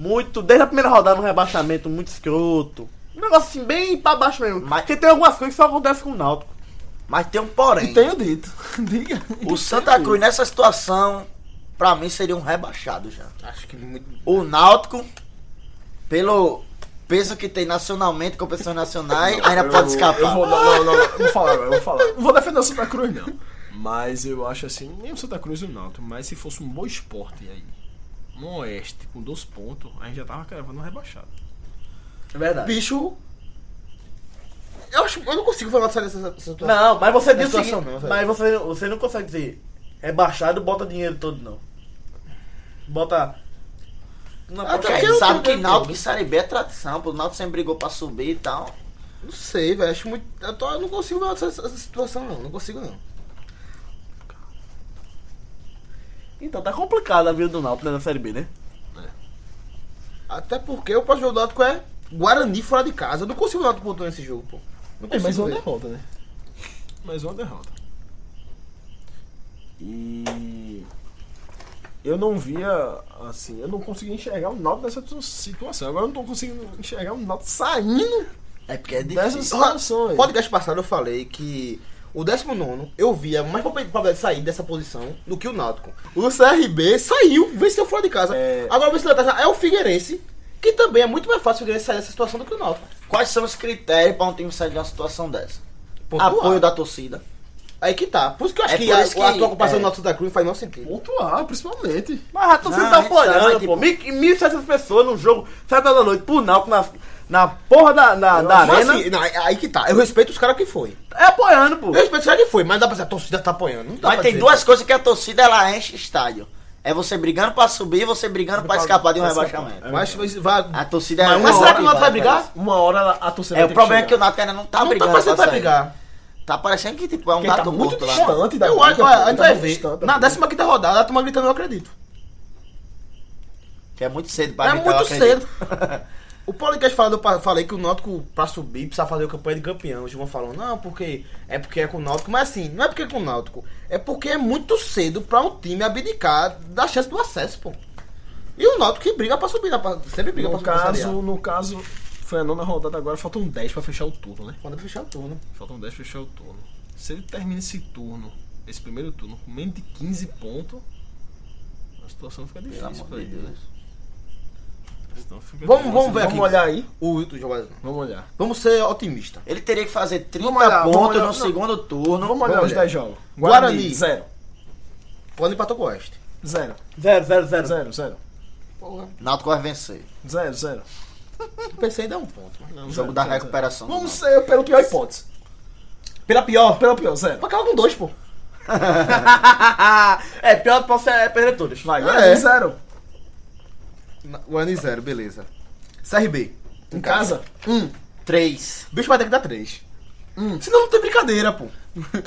Muito. Desde a primeira rodada, um rebaixamento muito escroto. Um negócio assim, bem pra baixo mesmo. Mas- Porque tem algumas coisas que só acontecem com o Náutico. Mas tem um porém. E um tenho (laughs) dito. Diga. O Santa Cruz nessa situação, pra mim, seria um rebaixado já. Acho que muito. O Náutico, pelo peso que tem nacionalmente, competições nacionais, ainda pode Eu escapar. vou, não, não, não, vou falar, agora, vou falar. Tá Não vou defender o Santa Cruz, não. Mas eu acho assim, nem o Santa Cruz e o Náutico, mas se fosse um bom esporte aí, no Oeste, com 12 pontos, a gente já tava cravando um rebaixado. É verdade. Bicho. Eu, acho, eu não consigo falar dessa, dessa, dessa situação. Não, mas você Não é disse. o situação seguinte, não, mas velho. você, você não consegue dizer. Rebaixado, bota dinheiro todo, não. Bota. Não, Até aposta- porque Ele eu sabe tenho que Náutico e Série B é tradição, pô. O Náutico sempre brigou pra subir e tal. Não sei, velho. Acho muito. Eu, tô- eu não consigo falar dessa, dessa situação, não. Não consigo, não. Então tá complicada a vida do Náutico né, na Série B, né? Até porque o próximo jogo do Náutico é Guarani fora de casa. Eu não consigo ver o Náutico pontuando nesse jogo, pô. Não É, consigo. mais uma ver. derrota, né? Mais uma derrota. E eu não via, assim, eu não conseguia enxergar o Náutico nessa tu- situação. Agora eu não tô conseguindo enxergar o Náutico saindo É porque é dessa difícil. situação aí. Podcast passado eu falei que o 19 eu via mais probabilidade de sair dessa posição do que o Náutico. O CRB saiu, venceu fora de casa. É. Agora o vencedor da taça é o Figueirense, Que também é muito mais fácil o Figueirense sair dessa situação do que o Náutico. Quais são os critérios para um time sair de uma situação dessa? Pontuar. Apoio da torcida. Aí que tá. Por isso que eu acho É que, por a, isso que- a tua ocupação é. do Náutico da Cruz faz não sentido. Pontuar, principalmente. Mas a torcida Não, tá a gente sabe, apoiando, pô. tipo- Mil- 1.700 pessoas num jogo, 7 horas da noite, pro Náutico, na, na porra da, da, da Mas arena. assim, não, aí- aí que tá. Eu respeito os caras que foi. É apoiando, pô. Eu respeito os caras que foi, mas não dá pra dizer a torcida tá apoiando. Não dá Mas pra tem dizer. duas coisas que a torcida ela enche estádio. É você brigando para subir e você brigando para escapar de um rebaixamento. Mas, mas vai. A torcida é Mas, uma será hora que o Náutico vai brigar? Uma hora ela- a torcida É, vai o ter problema é que o chegar. Nato ainda não tá Não tá brigando. parecendo que pra vai sair. brigar. Tá parecendo que tipo, é um Porque tá gato muito morto lá. distante da Eu briga, acho, olha, pô. a gente Tá vai muito ver. distante da Na briga. décima quinta rodada, a turma gritando, eu acredito. Que é muito cedo pra é mim, muito eu acredito. cedo. (laughs) O podcast fala, eu falei que o Náutico, pra subir, precisa fazer o campanha de campeão. O João falou, não, porque é porque é com o Náutico. Mas assim, não é porque é com o Náutico. É porque é muito cedo pra um time abdicar da chance do acesso, pô. E o Náutico que briga pra subir, né? Pra- sempre briga No pra subir. na Série A. caso, no caso, foi a nona rodada agora, faltam 10 pra fechar o turno, né? Quando é pra fechar o turno. Faltam 10 pra fechar o turno. Se ele termina esse turno, esse primeiro turno, com menos de 15 pontos, a situação fica Pelo difícil amor pra de ele. né? Deus. Senão fica Vamos, difícil. vamos ver aqui. Vamos olhar aí. O Wilton Jogador. Vamos olhar. Vamos ser otimista. Ele teria que fazer 30 Vamos olhar, vamos pontos olhar. no Não. segundo turno. Vamos olhar vamos os olhar. 10 jogos. Guarani. Zero. Quando empatou com o Oeste. Zero. Zero, zero, zero. Zero, zero. Porra. Náutico vai vencer. Zero, zero. Eu pensei em dar um ponto. mas- Não, O zero, jogo da zero, recuperação. zero. Vamos do ser pelo pior hipótese. Pela pior. Pelo pior, zero. Pra acabar com dois, pô. é, pior que você é perder todas. Vai, É. Guarani, zero. O ano zero, beleza. CRB. Em casa? Náutico. Três. O Um. bicho vai ter que dar 3. Senão não tem brincadeira, (laughs) pô.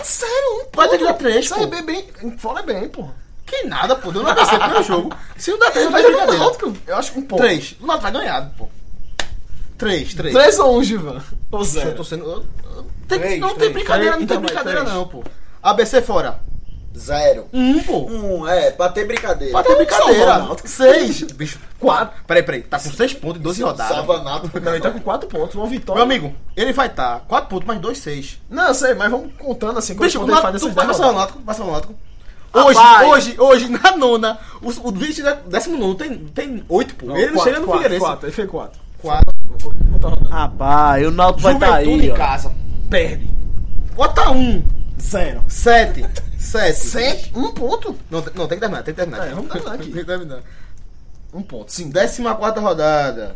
Sério, um Vai ter ponto. que dar 3, pô. CRB bem. Fora é bem, pô. Que nada, pô. (laughs) Deu no ABC primeiro jogo. Se não der 3, Eu vai acho que o brincadeira. Náutico, eu acho que um ponto. 3. O Náutico vai ganhar, pô. 3, 3. 3 ou 1, Givan? Ou Eu tô zero? sendo... eu- eu- tem que- Três, não tem três. brincadeira, Três, não tem então vai, brincadeira três. não, pô. ABC fora. Zero. 1, pô. Um, é, pra ter brincadeira. Vai ter salvar o brincadeira. Náutico. 6. Bicho, 4. peraí, peraí. Tá com 6 pontos em 12 rodadas. Salva Náutico. Não, ele tá com 4 pontos, uma Meu vitória. amigo, ele vai estar tá 4 pontos mais 2, 6. Não, eu sei, mas vamos contando assim. Bicho, quando o ele faz Náutico, essas tu vai dez passar o rodadas. Náutico, passa o Náutico. Hoje, Rapaz. hoje, hoje, na nona, o, o 20 da décimo nono tem, tem oito, pô. ele não Quatro, chega no quatro, Figueirense. quatro, ele fez 4. Quatro. Rapaz, o Náutico vai tá Juventude aí, em ó. casa. Perde. Bota um. 0. Sete. Sete. Sete? Um ponto? Não, tem- não, tem que terminar, tem que terminar. É, vamos terminar aqui. (laughs) tem que terminar. Um ponto, sim. Décima quarta rodada.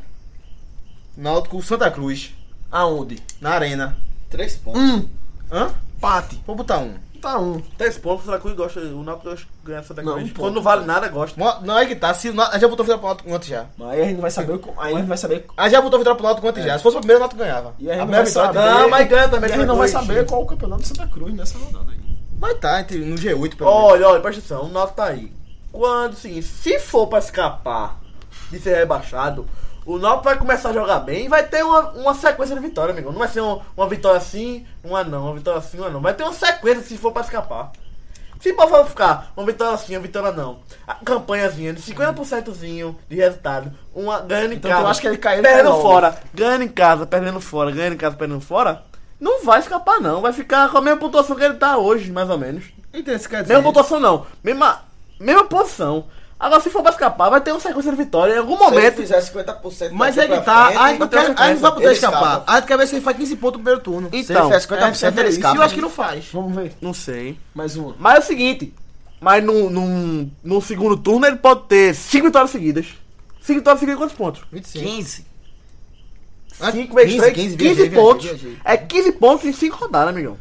Náutico Santa Cruz. Aonde? Na arena. Três pontos. Um. Hã? Pate. Vou botar um. Tá um. Três pontos, o Santa Cruz gosta. O Náutico ganha essa Não, Cruz. um Quando ponto. não vale nada, gosta. Mo- Não é que tá. Se, o Náutico- a gente já botou o vitória pro Náutico ontem já. Mas aí a gente não vai saber. o- Aí a gente vai saber. A gente já botou o vitória pro Náutico ontem já. Se fosse o primeiro, o Náutico ganhava. E a a gente é não primeira vai vitória saber. dele- Não, mas ganha também. E a gente não vai Cruz. saber qual o campeonato do Santa Cruz nessa rodada aí. Vai estar entre, no G8, pelo menos. Olha, olha, presta atenção, o Náutico tá aí. Quando, seguinte, se for pra escapar de ser rebaixado, o Náutico vai começar a jogar bem e vai ter uma, uma sequência de vitória, amigo. Não vai ser um- uma vitória assim, uma não, uma vitória assim, uma não. Vai ter uma sequência se for pra escapar. Se for ficar uma vitória assim, uma vitória não, a campanhazinha de 50%zinho de resultado, uma ganhando em Então, casa, eu acho que ele caiu, ele perdendo caiu logo. fora, ganhando em casa, perdendo fora, ganhando em casa, perdendo fora, não vai escapar não. Vai ficar com a mesma pontuação que ele tá hoje, mais ou menos. Então, isso quer dizer. Mesma pontuação não. Mesma, mesma posição. Agora, se for pra escapar, vai ter uma sequência de vitória em algum Se ele momento. fizer 50% Mas é daqui que pra tá, frente, a gente não tem quer- a gente não vai poder Ele escapar. escapa. A gente quer ver se ele faz 15 pontos no primeiro turno. Se ele Então, fizer 50% ele E escapa. eu acho que não faz. Vamos ver. não sei. Mais uma. Mas é o seguinte. Mas num, num, num segundo turno ele pode ter 5 vitórias seguidas. 5 vitórias seguidas quantos pontos? 25. 15. 5 vezes 3, 15, viajei, viajei, pontos. viajei. É 15 pontos em 5 rodadas, amigão.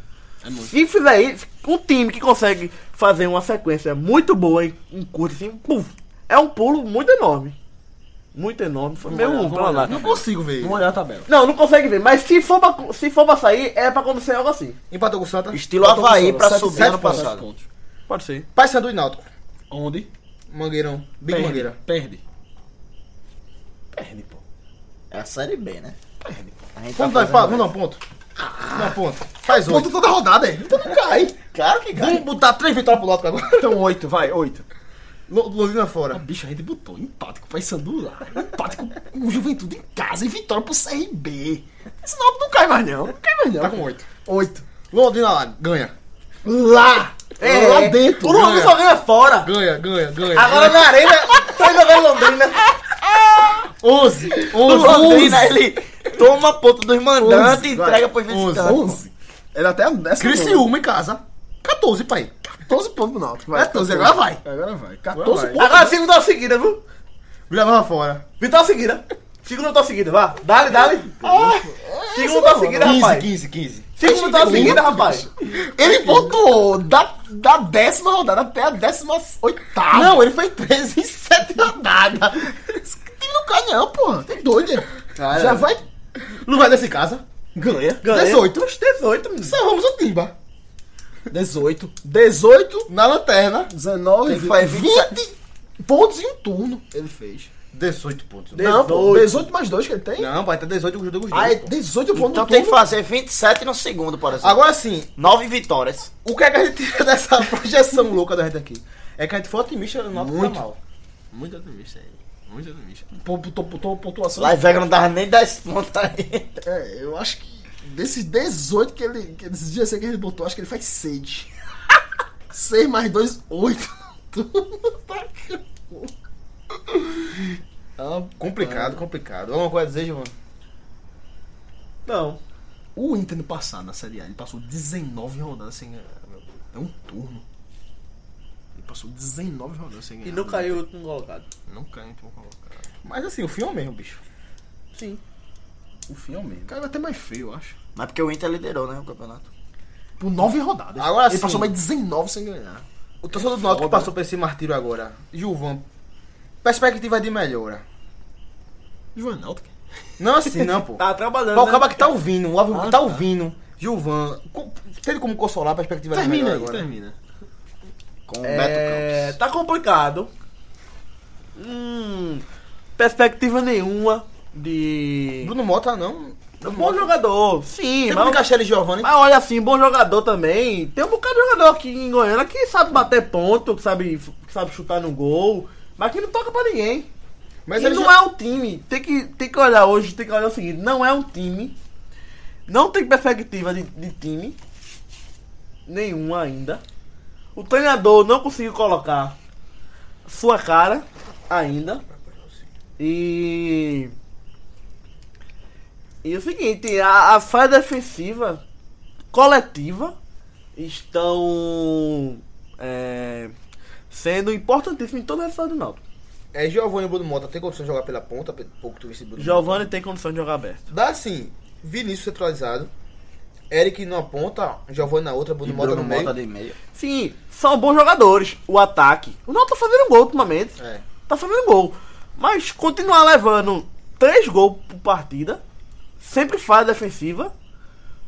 Se fizer isso, um time que consegue fazer uma sequência muito boa em, em curto, assim, puf, é um pulo muito enorme. Muito enorme. Foi meio olhar, um vamos pra lá. Não consigo ver. Vamos olhar a tabela. Não, não consegue ver, mas se for pra, se for pra sair, é pra acontecer algo assim. Empatou com o Santa. Estilo Havaí pra Sete- subir sete ano pontos, passado. sete pontos. Pode ser. Paysandu e Náutico. Onde? Mangueirão. Big Mangueira. Perde. É a Série B, né? A gente Vamos tá dar um empate, fazendo- vamos dar um ponto. Dá um ponto. Faz Ponto oito. toda rodada, hein? Então não cai. Claro que cai. Vamos botar três vitórias pro Náutico agora. Então, oito, vai, oito. Lo- Londrina fora. Bicho, a gente botou empate com o Paysandu lá, empate com o Juventude em casa e vitória pro CRB. Esse nome não cai mais não, não cai mais não. Tá com oito. Oito. Londrina lá. Ganha. Lá! É, lá dentro. O Londrina só ganha fora. (laughs) Ganha, ganha, ganha. Agora na arena, tá jogando Londrina. 11. 11. Londrina, ele toma ponto dos mandantes e entrega pros visitantes. 11. Era é até a um décima. Criciúma em casa. 14, pai. 14 pontos pro Náutico. 14, agora vai. Agora vai. 14 pontos. Agora cinco vitórias seguidas, viu? Vila Nova fora. Vitória seguida. Segunda vitória seguida, vá. Dale, dale. Ah, Segunda vitória seguida, 15, rapaz. 15, 15. Segunda vitória seguida, rapaz. Ele pontuou da, da décima rodada até a décima oitava. Não, ele foi 13 em 7 rodadas. esse time não cai não, porra. Tem doido. Cara, Já vai... Não vai desse casa. Ganha. Ganhei. 18. Os 18, menino. Só vamos o Timba. 18. 18, Na lanterna. 19, que fazer 20 pontos em um turno ele fez. 18 pontos. Não, pô. 18 mais 2 que ele tem. Não, vai ter 18 com o jogo Ah, é 18 pontos Então no tem que turno. fazer 27 no segundo, por exemplo. Agora sim, 9 vitórias. o que, é que a gente tira dessa projeção louca da gente aqui? É que a gente foi otimista no nosso Muito. mal. Muito otimista aí. Muito otimista. pontuação. Lá em Vega não dava nem 10 pontos aí. É, eu acho que desses 18 que ele. Que desses 16 que ele botou, acho que ele faz 6. 6 mais 2, 8. Complicado, complicado. Alguma coisa a dizer, Giovanni? Não. O Inter no passado, na Série A, ele passou 19 rodadas sem ganhar. meu. É um turno. Ele passou 19 rodadas sem ganhar. E não caiu o último colocado. Não caiu, então colocar. Mas assim, o fim é o mesmo, bicho. Sim. O fim é o mesmo. Caiu até mais feio, eu acho. Mas é porque o Inter liderou, né, o campeonato. Por 9 rodadas. Agora ele sim. passou mais 19 sem ganhar. O torcedor do Náutico que passou por esse martírio agora. Gilvan, perspectiva de melhora. Joanaldo. Não assim, não, (laughs) pô. Tá trabalhando. Mas o né? cara que tá ouvindo, o amigo que Ah, tá tá. ouvindo. Gilvan, co- teve como consolar a perspectiva de Termina melhora aí, agora? termina. Com o Beto É, tá complicado. Hum, perspectiva nenhuma de. Bruno Mota não. Ah, Bom jogador, sim, Tem o mas, Cachelli Giovanni. mas olha assim, bom jogador também. Tem um bocado de jogador aqui em Goiânia que sabe bater ponto, que sabe, que sabe chutar no gol, mas que não toca pra ninguém. Mas e ele não já- é um time. Tem que, tem que olhar hoje, tem que olhar o seguinte, não é um time. Não tem perspectiva de, de time. Nenhuma ainda. O treinador não conseguiu colocar sua cara ainda. E. E é o seguinte, a, a falha defensiva coletiva estão é, sendo importantíssima em todo o resultado do Náutico. É Giovanni e Bruno Mota tem condição de jogar pela ponta, pelo pouco tu viste Bruno Giovanni tem condição de jogar aberto. Dá assim, Vinícius centralizado, Eric numa ponta, Giovanni na outra, Bruno e Mota Bruno no Mota meio. de meio. Sim, são bons jogadores. O ataque. O Náutico tá fazendo gol ultimamente. É. Tá fazendo gol. Mas continuar levando três gols por partida, sempre falha defensiva,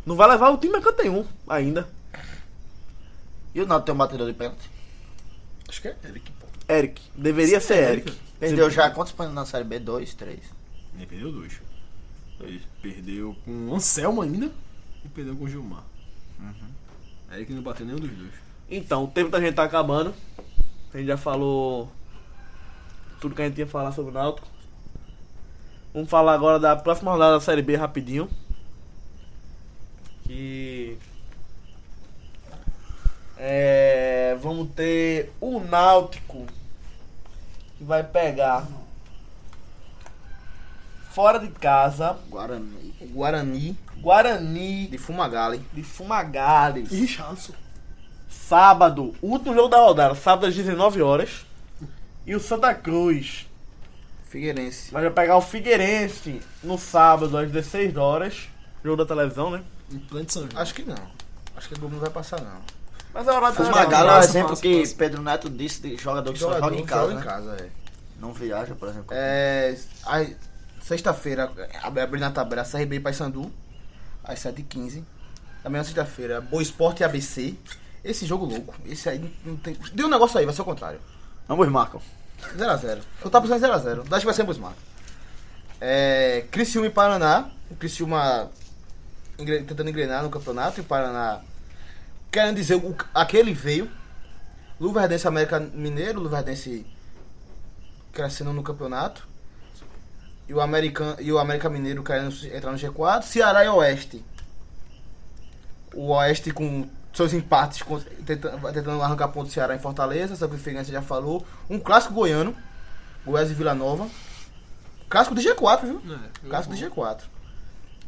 não vai levar o time a canto nenhum ainda. E o Náutico tem um batedor de pênalti. Acho que é Eric, pô. Eric. Deveria ser Eric. Perdeu já quantos pontos na Série B? 2, 3. Ele perdeu dois. Ele perdeu com o Anselmo ainda e perdeu com o Gilmar. Uhum. Aí que não bateu nenhum dos dois. Então, o tempo da gente tá acabando. A gente já falou tudo que a gente ia falar sobre o Náutico. Vamos falar agora da próxima rodada da Série B rapidinho. Que é, vamos ter o Náutico que vai pegar fora de casa Guarani. O Guarani Guarani de Fumagalli. de Fumagales. Richardson. Sábado, último jogo da rodada, sábado às 19 horas. E o Santa Cruz Figueirense. vai pegar o Figueirense no sábado às 16 horas. Jogo da televisão, né? Implante São João. Acho que não. Acho que o Globo não vai passar, não. Mas é hora da Magalo televisão. é um passa, exemplo passa, que passa. Pedro Neto disse de jogador que só Jogador joga em casa, né? é. Não viaja, por exemplo. É, aí, sexta-feira, abre, abre na tabela CRB e Paysandu, às 7h15. Na mesma sexta-feira, Boa Esporte e ABC. Esse jogo louco. Esse aí não- não tem. Deu um negócio aí, vai ser o contrário. Ambos marcam. 0x0. Eu tava pensando em 0x0. Acho que vai ser ambos marcos. É, Criciúma e Paraná. O Criciúma engre- tentando engrenar no campeonato. E o Paraná querendo dizer o, aquele veio. Luverdense América Mineiro. Luverdense crescendo no campeonato. E o, American, e o América Mineiro querendo se- entrar no G4. Ceará e Oeste. O Oeste com seus empates, com- tenta- vai tentando arrancar ponto do Ceará em Fortaleza, sobre o Figueirense já falou. Um clássico goiano, Goiás e Vila Nova. Clássico de G4, viu? É, Clássico de G4.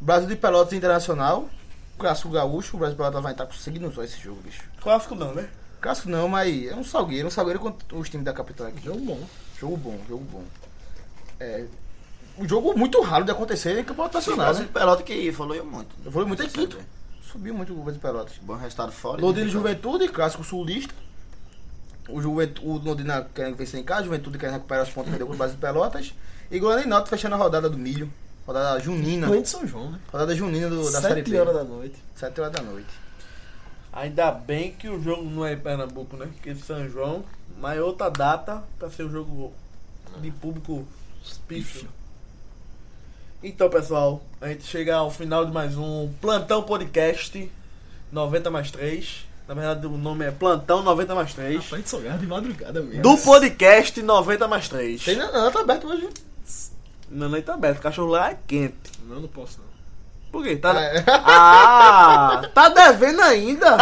Brasil de Pelotas Internacional. Clássico Gaúcho. O Brasil de Pelotas vai estar conseguindo só esse jogo, bicho. Clássico não, né? Clássico não, mas é um salgueiro. Um salgueiro contra os times da capital aqui. Jogo bom. Jogo bom, jogo bom. É. Um jogo muito raro de acontecer em campeonato Sim, nacional, Brasil né? de Pelota que evoluiu muito. Evoluiu muito, é Você quinto. vê. Subiu muito o Brasil de Pelotas. Bom resultado fora. Londrina e né? Juventude, clássico sulista. O, Juventu- o Londrina querendo vencer em casa, Juventude querendo recuperar os pontos que perdeu com o Brasil de Pelotas. E Goiânia e Náutico fechando a rodada do milho. Rodada junina. Plano de São João, né? Rodada junina do- da Série Sete B. horas da noite. 7 horas da noite. Ainda bem que o jogo não é em Pernambuco, né? Porque São João, mas é outra data pra ser um jogo de público pífio. Então, pessoal, a gente chega ao final de mais um Plantão Podcast 90 mais 3. Na verdade, o nome é Plantão 90 mais 3. Plano de São João de madrugada mesmo. Do podcast 90 mais 3. Tem Nanã, tá aberto hoje. Não, nem tá aberto. O cachorro lá é quente. Não, não posso não. Por quê? Tá... Ah, tá devendo ainda?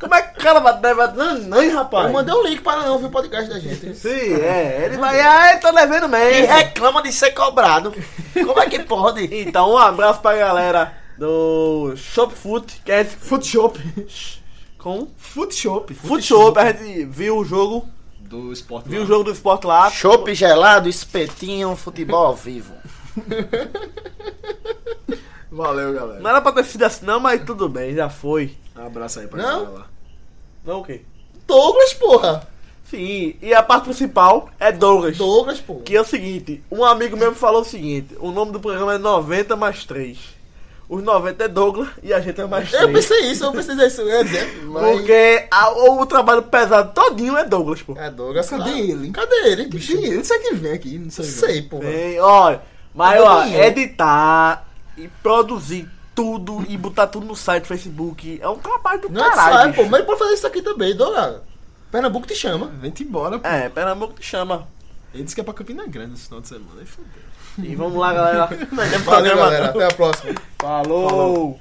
Como é que o cara vai dever? Não, não, rapaz. Eu mandei um link para não ouvir o podcast da gente. (laughs) Sim, é. Ele vai, ah, ele tá devendo E mesmo. reclama de ser cobrado. Como é que pode? Então, um abraço pra galera do Shop Foot, que é esse Foot (laughs) Shop. com Foot Shop. Foot Shop. A gente viu o jogo, Do esporte. viu o jogo do Sport lá. Chope gelado, espetinho, futebol ao vivo. Valeu, galera. Não era pra ter sido assim, não, mas tudo bem, já foi. Um abraço aí pra Não. galera lá. Não, o quê? Douglas, porra! Sim, e a parte principal é Douglas. Douglas, porra. Que é o seguinte, um amigo meu me falou o seguinte, o nome do programa é 90 mais 3. Os 90 é Douglas e a gente é mais Eu 3. pensei isso, eu pensei isso, eu ia dizer. Mas... Porque a- o, o trabalho pesado todinho é Douglas, pô. É Douglas, Cadê claro. ele? Cadê ele? Bicho, é Bichinho, ele sabe que vem aqui, não sei. sei, porra. Tem, olha, mas ó, Todinho. editar e produzir tudo e botar tudo no site do Facebook é um trabalho do Não é caralho. sai, bicho. pô. Mas ele pode fazer isso aqui também, Douglas. Pernambuco te chama. Vem-te embora, pô. É, Pernambuco te chama. Ele disse que é pra Campina Grande esse final de semana. Aí fudeu. (laughs) é E vamos lá, galera. Valeu, galera. Até a próxima. Falou.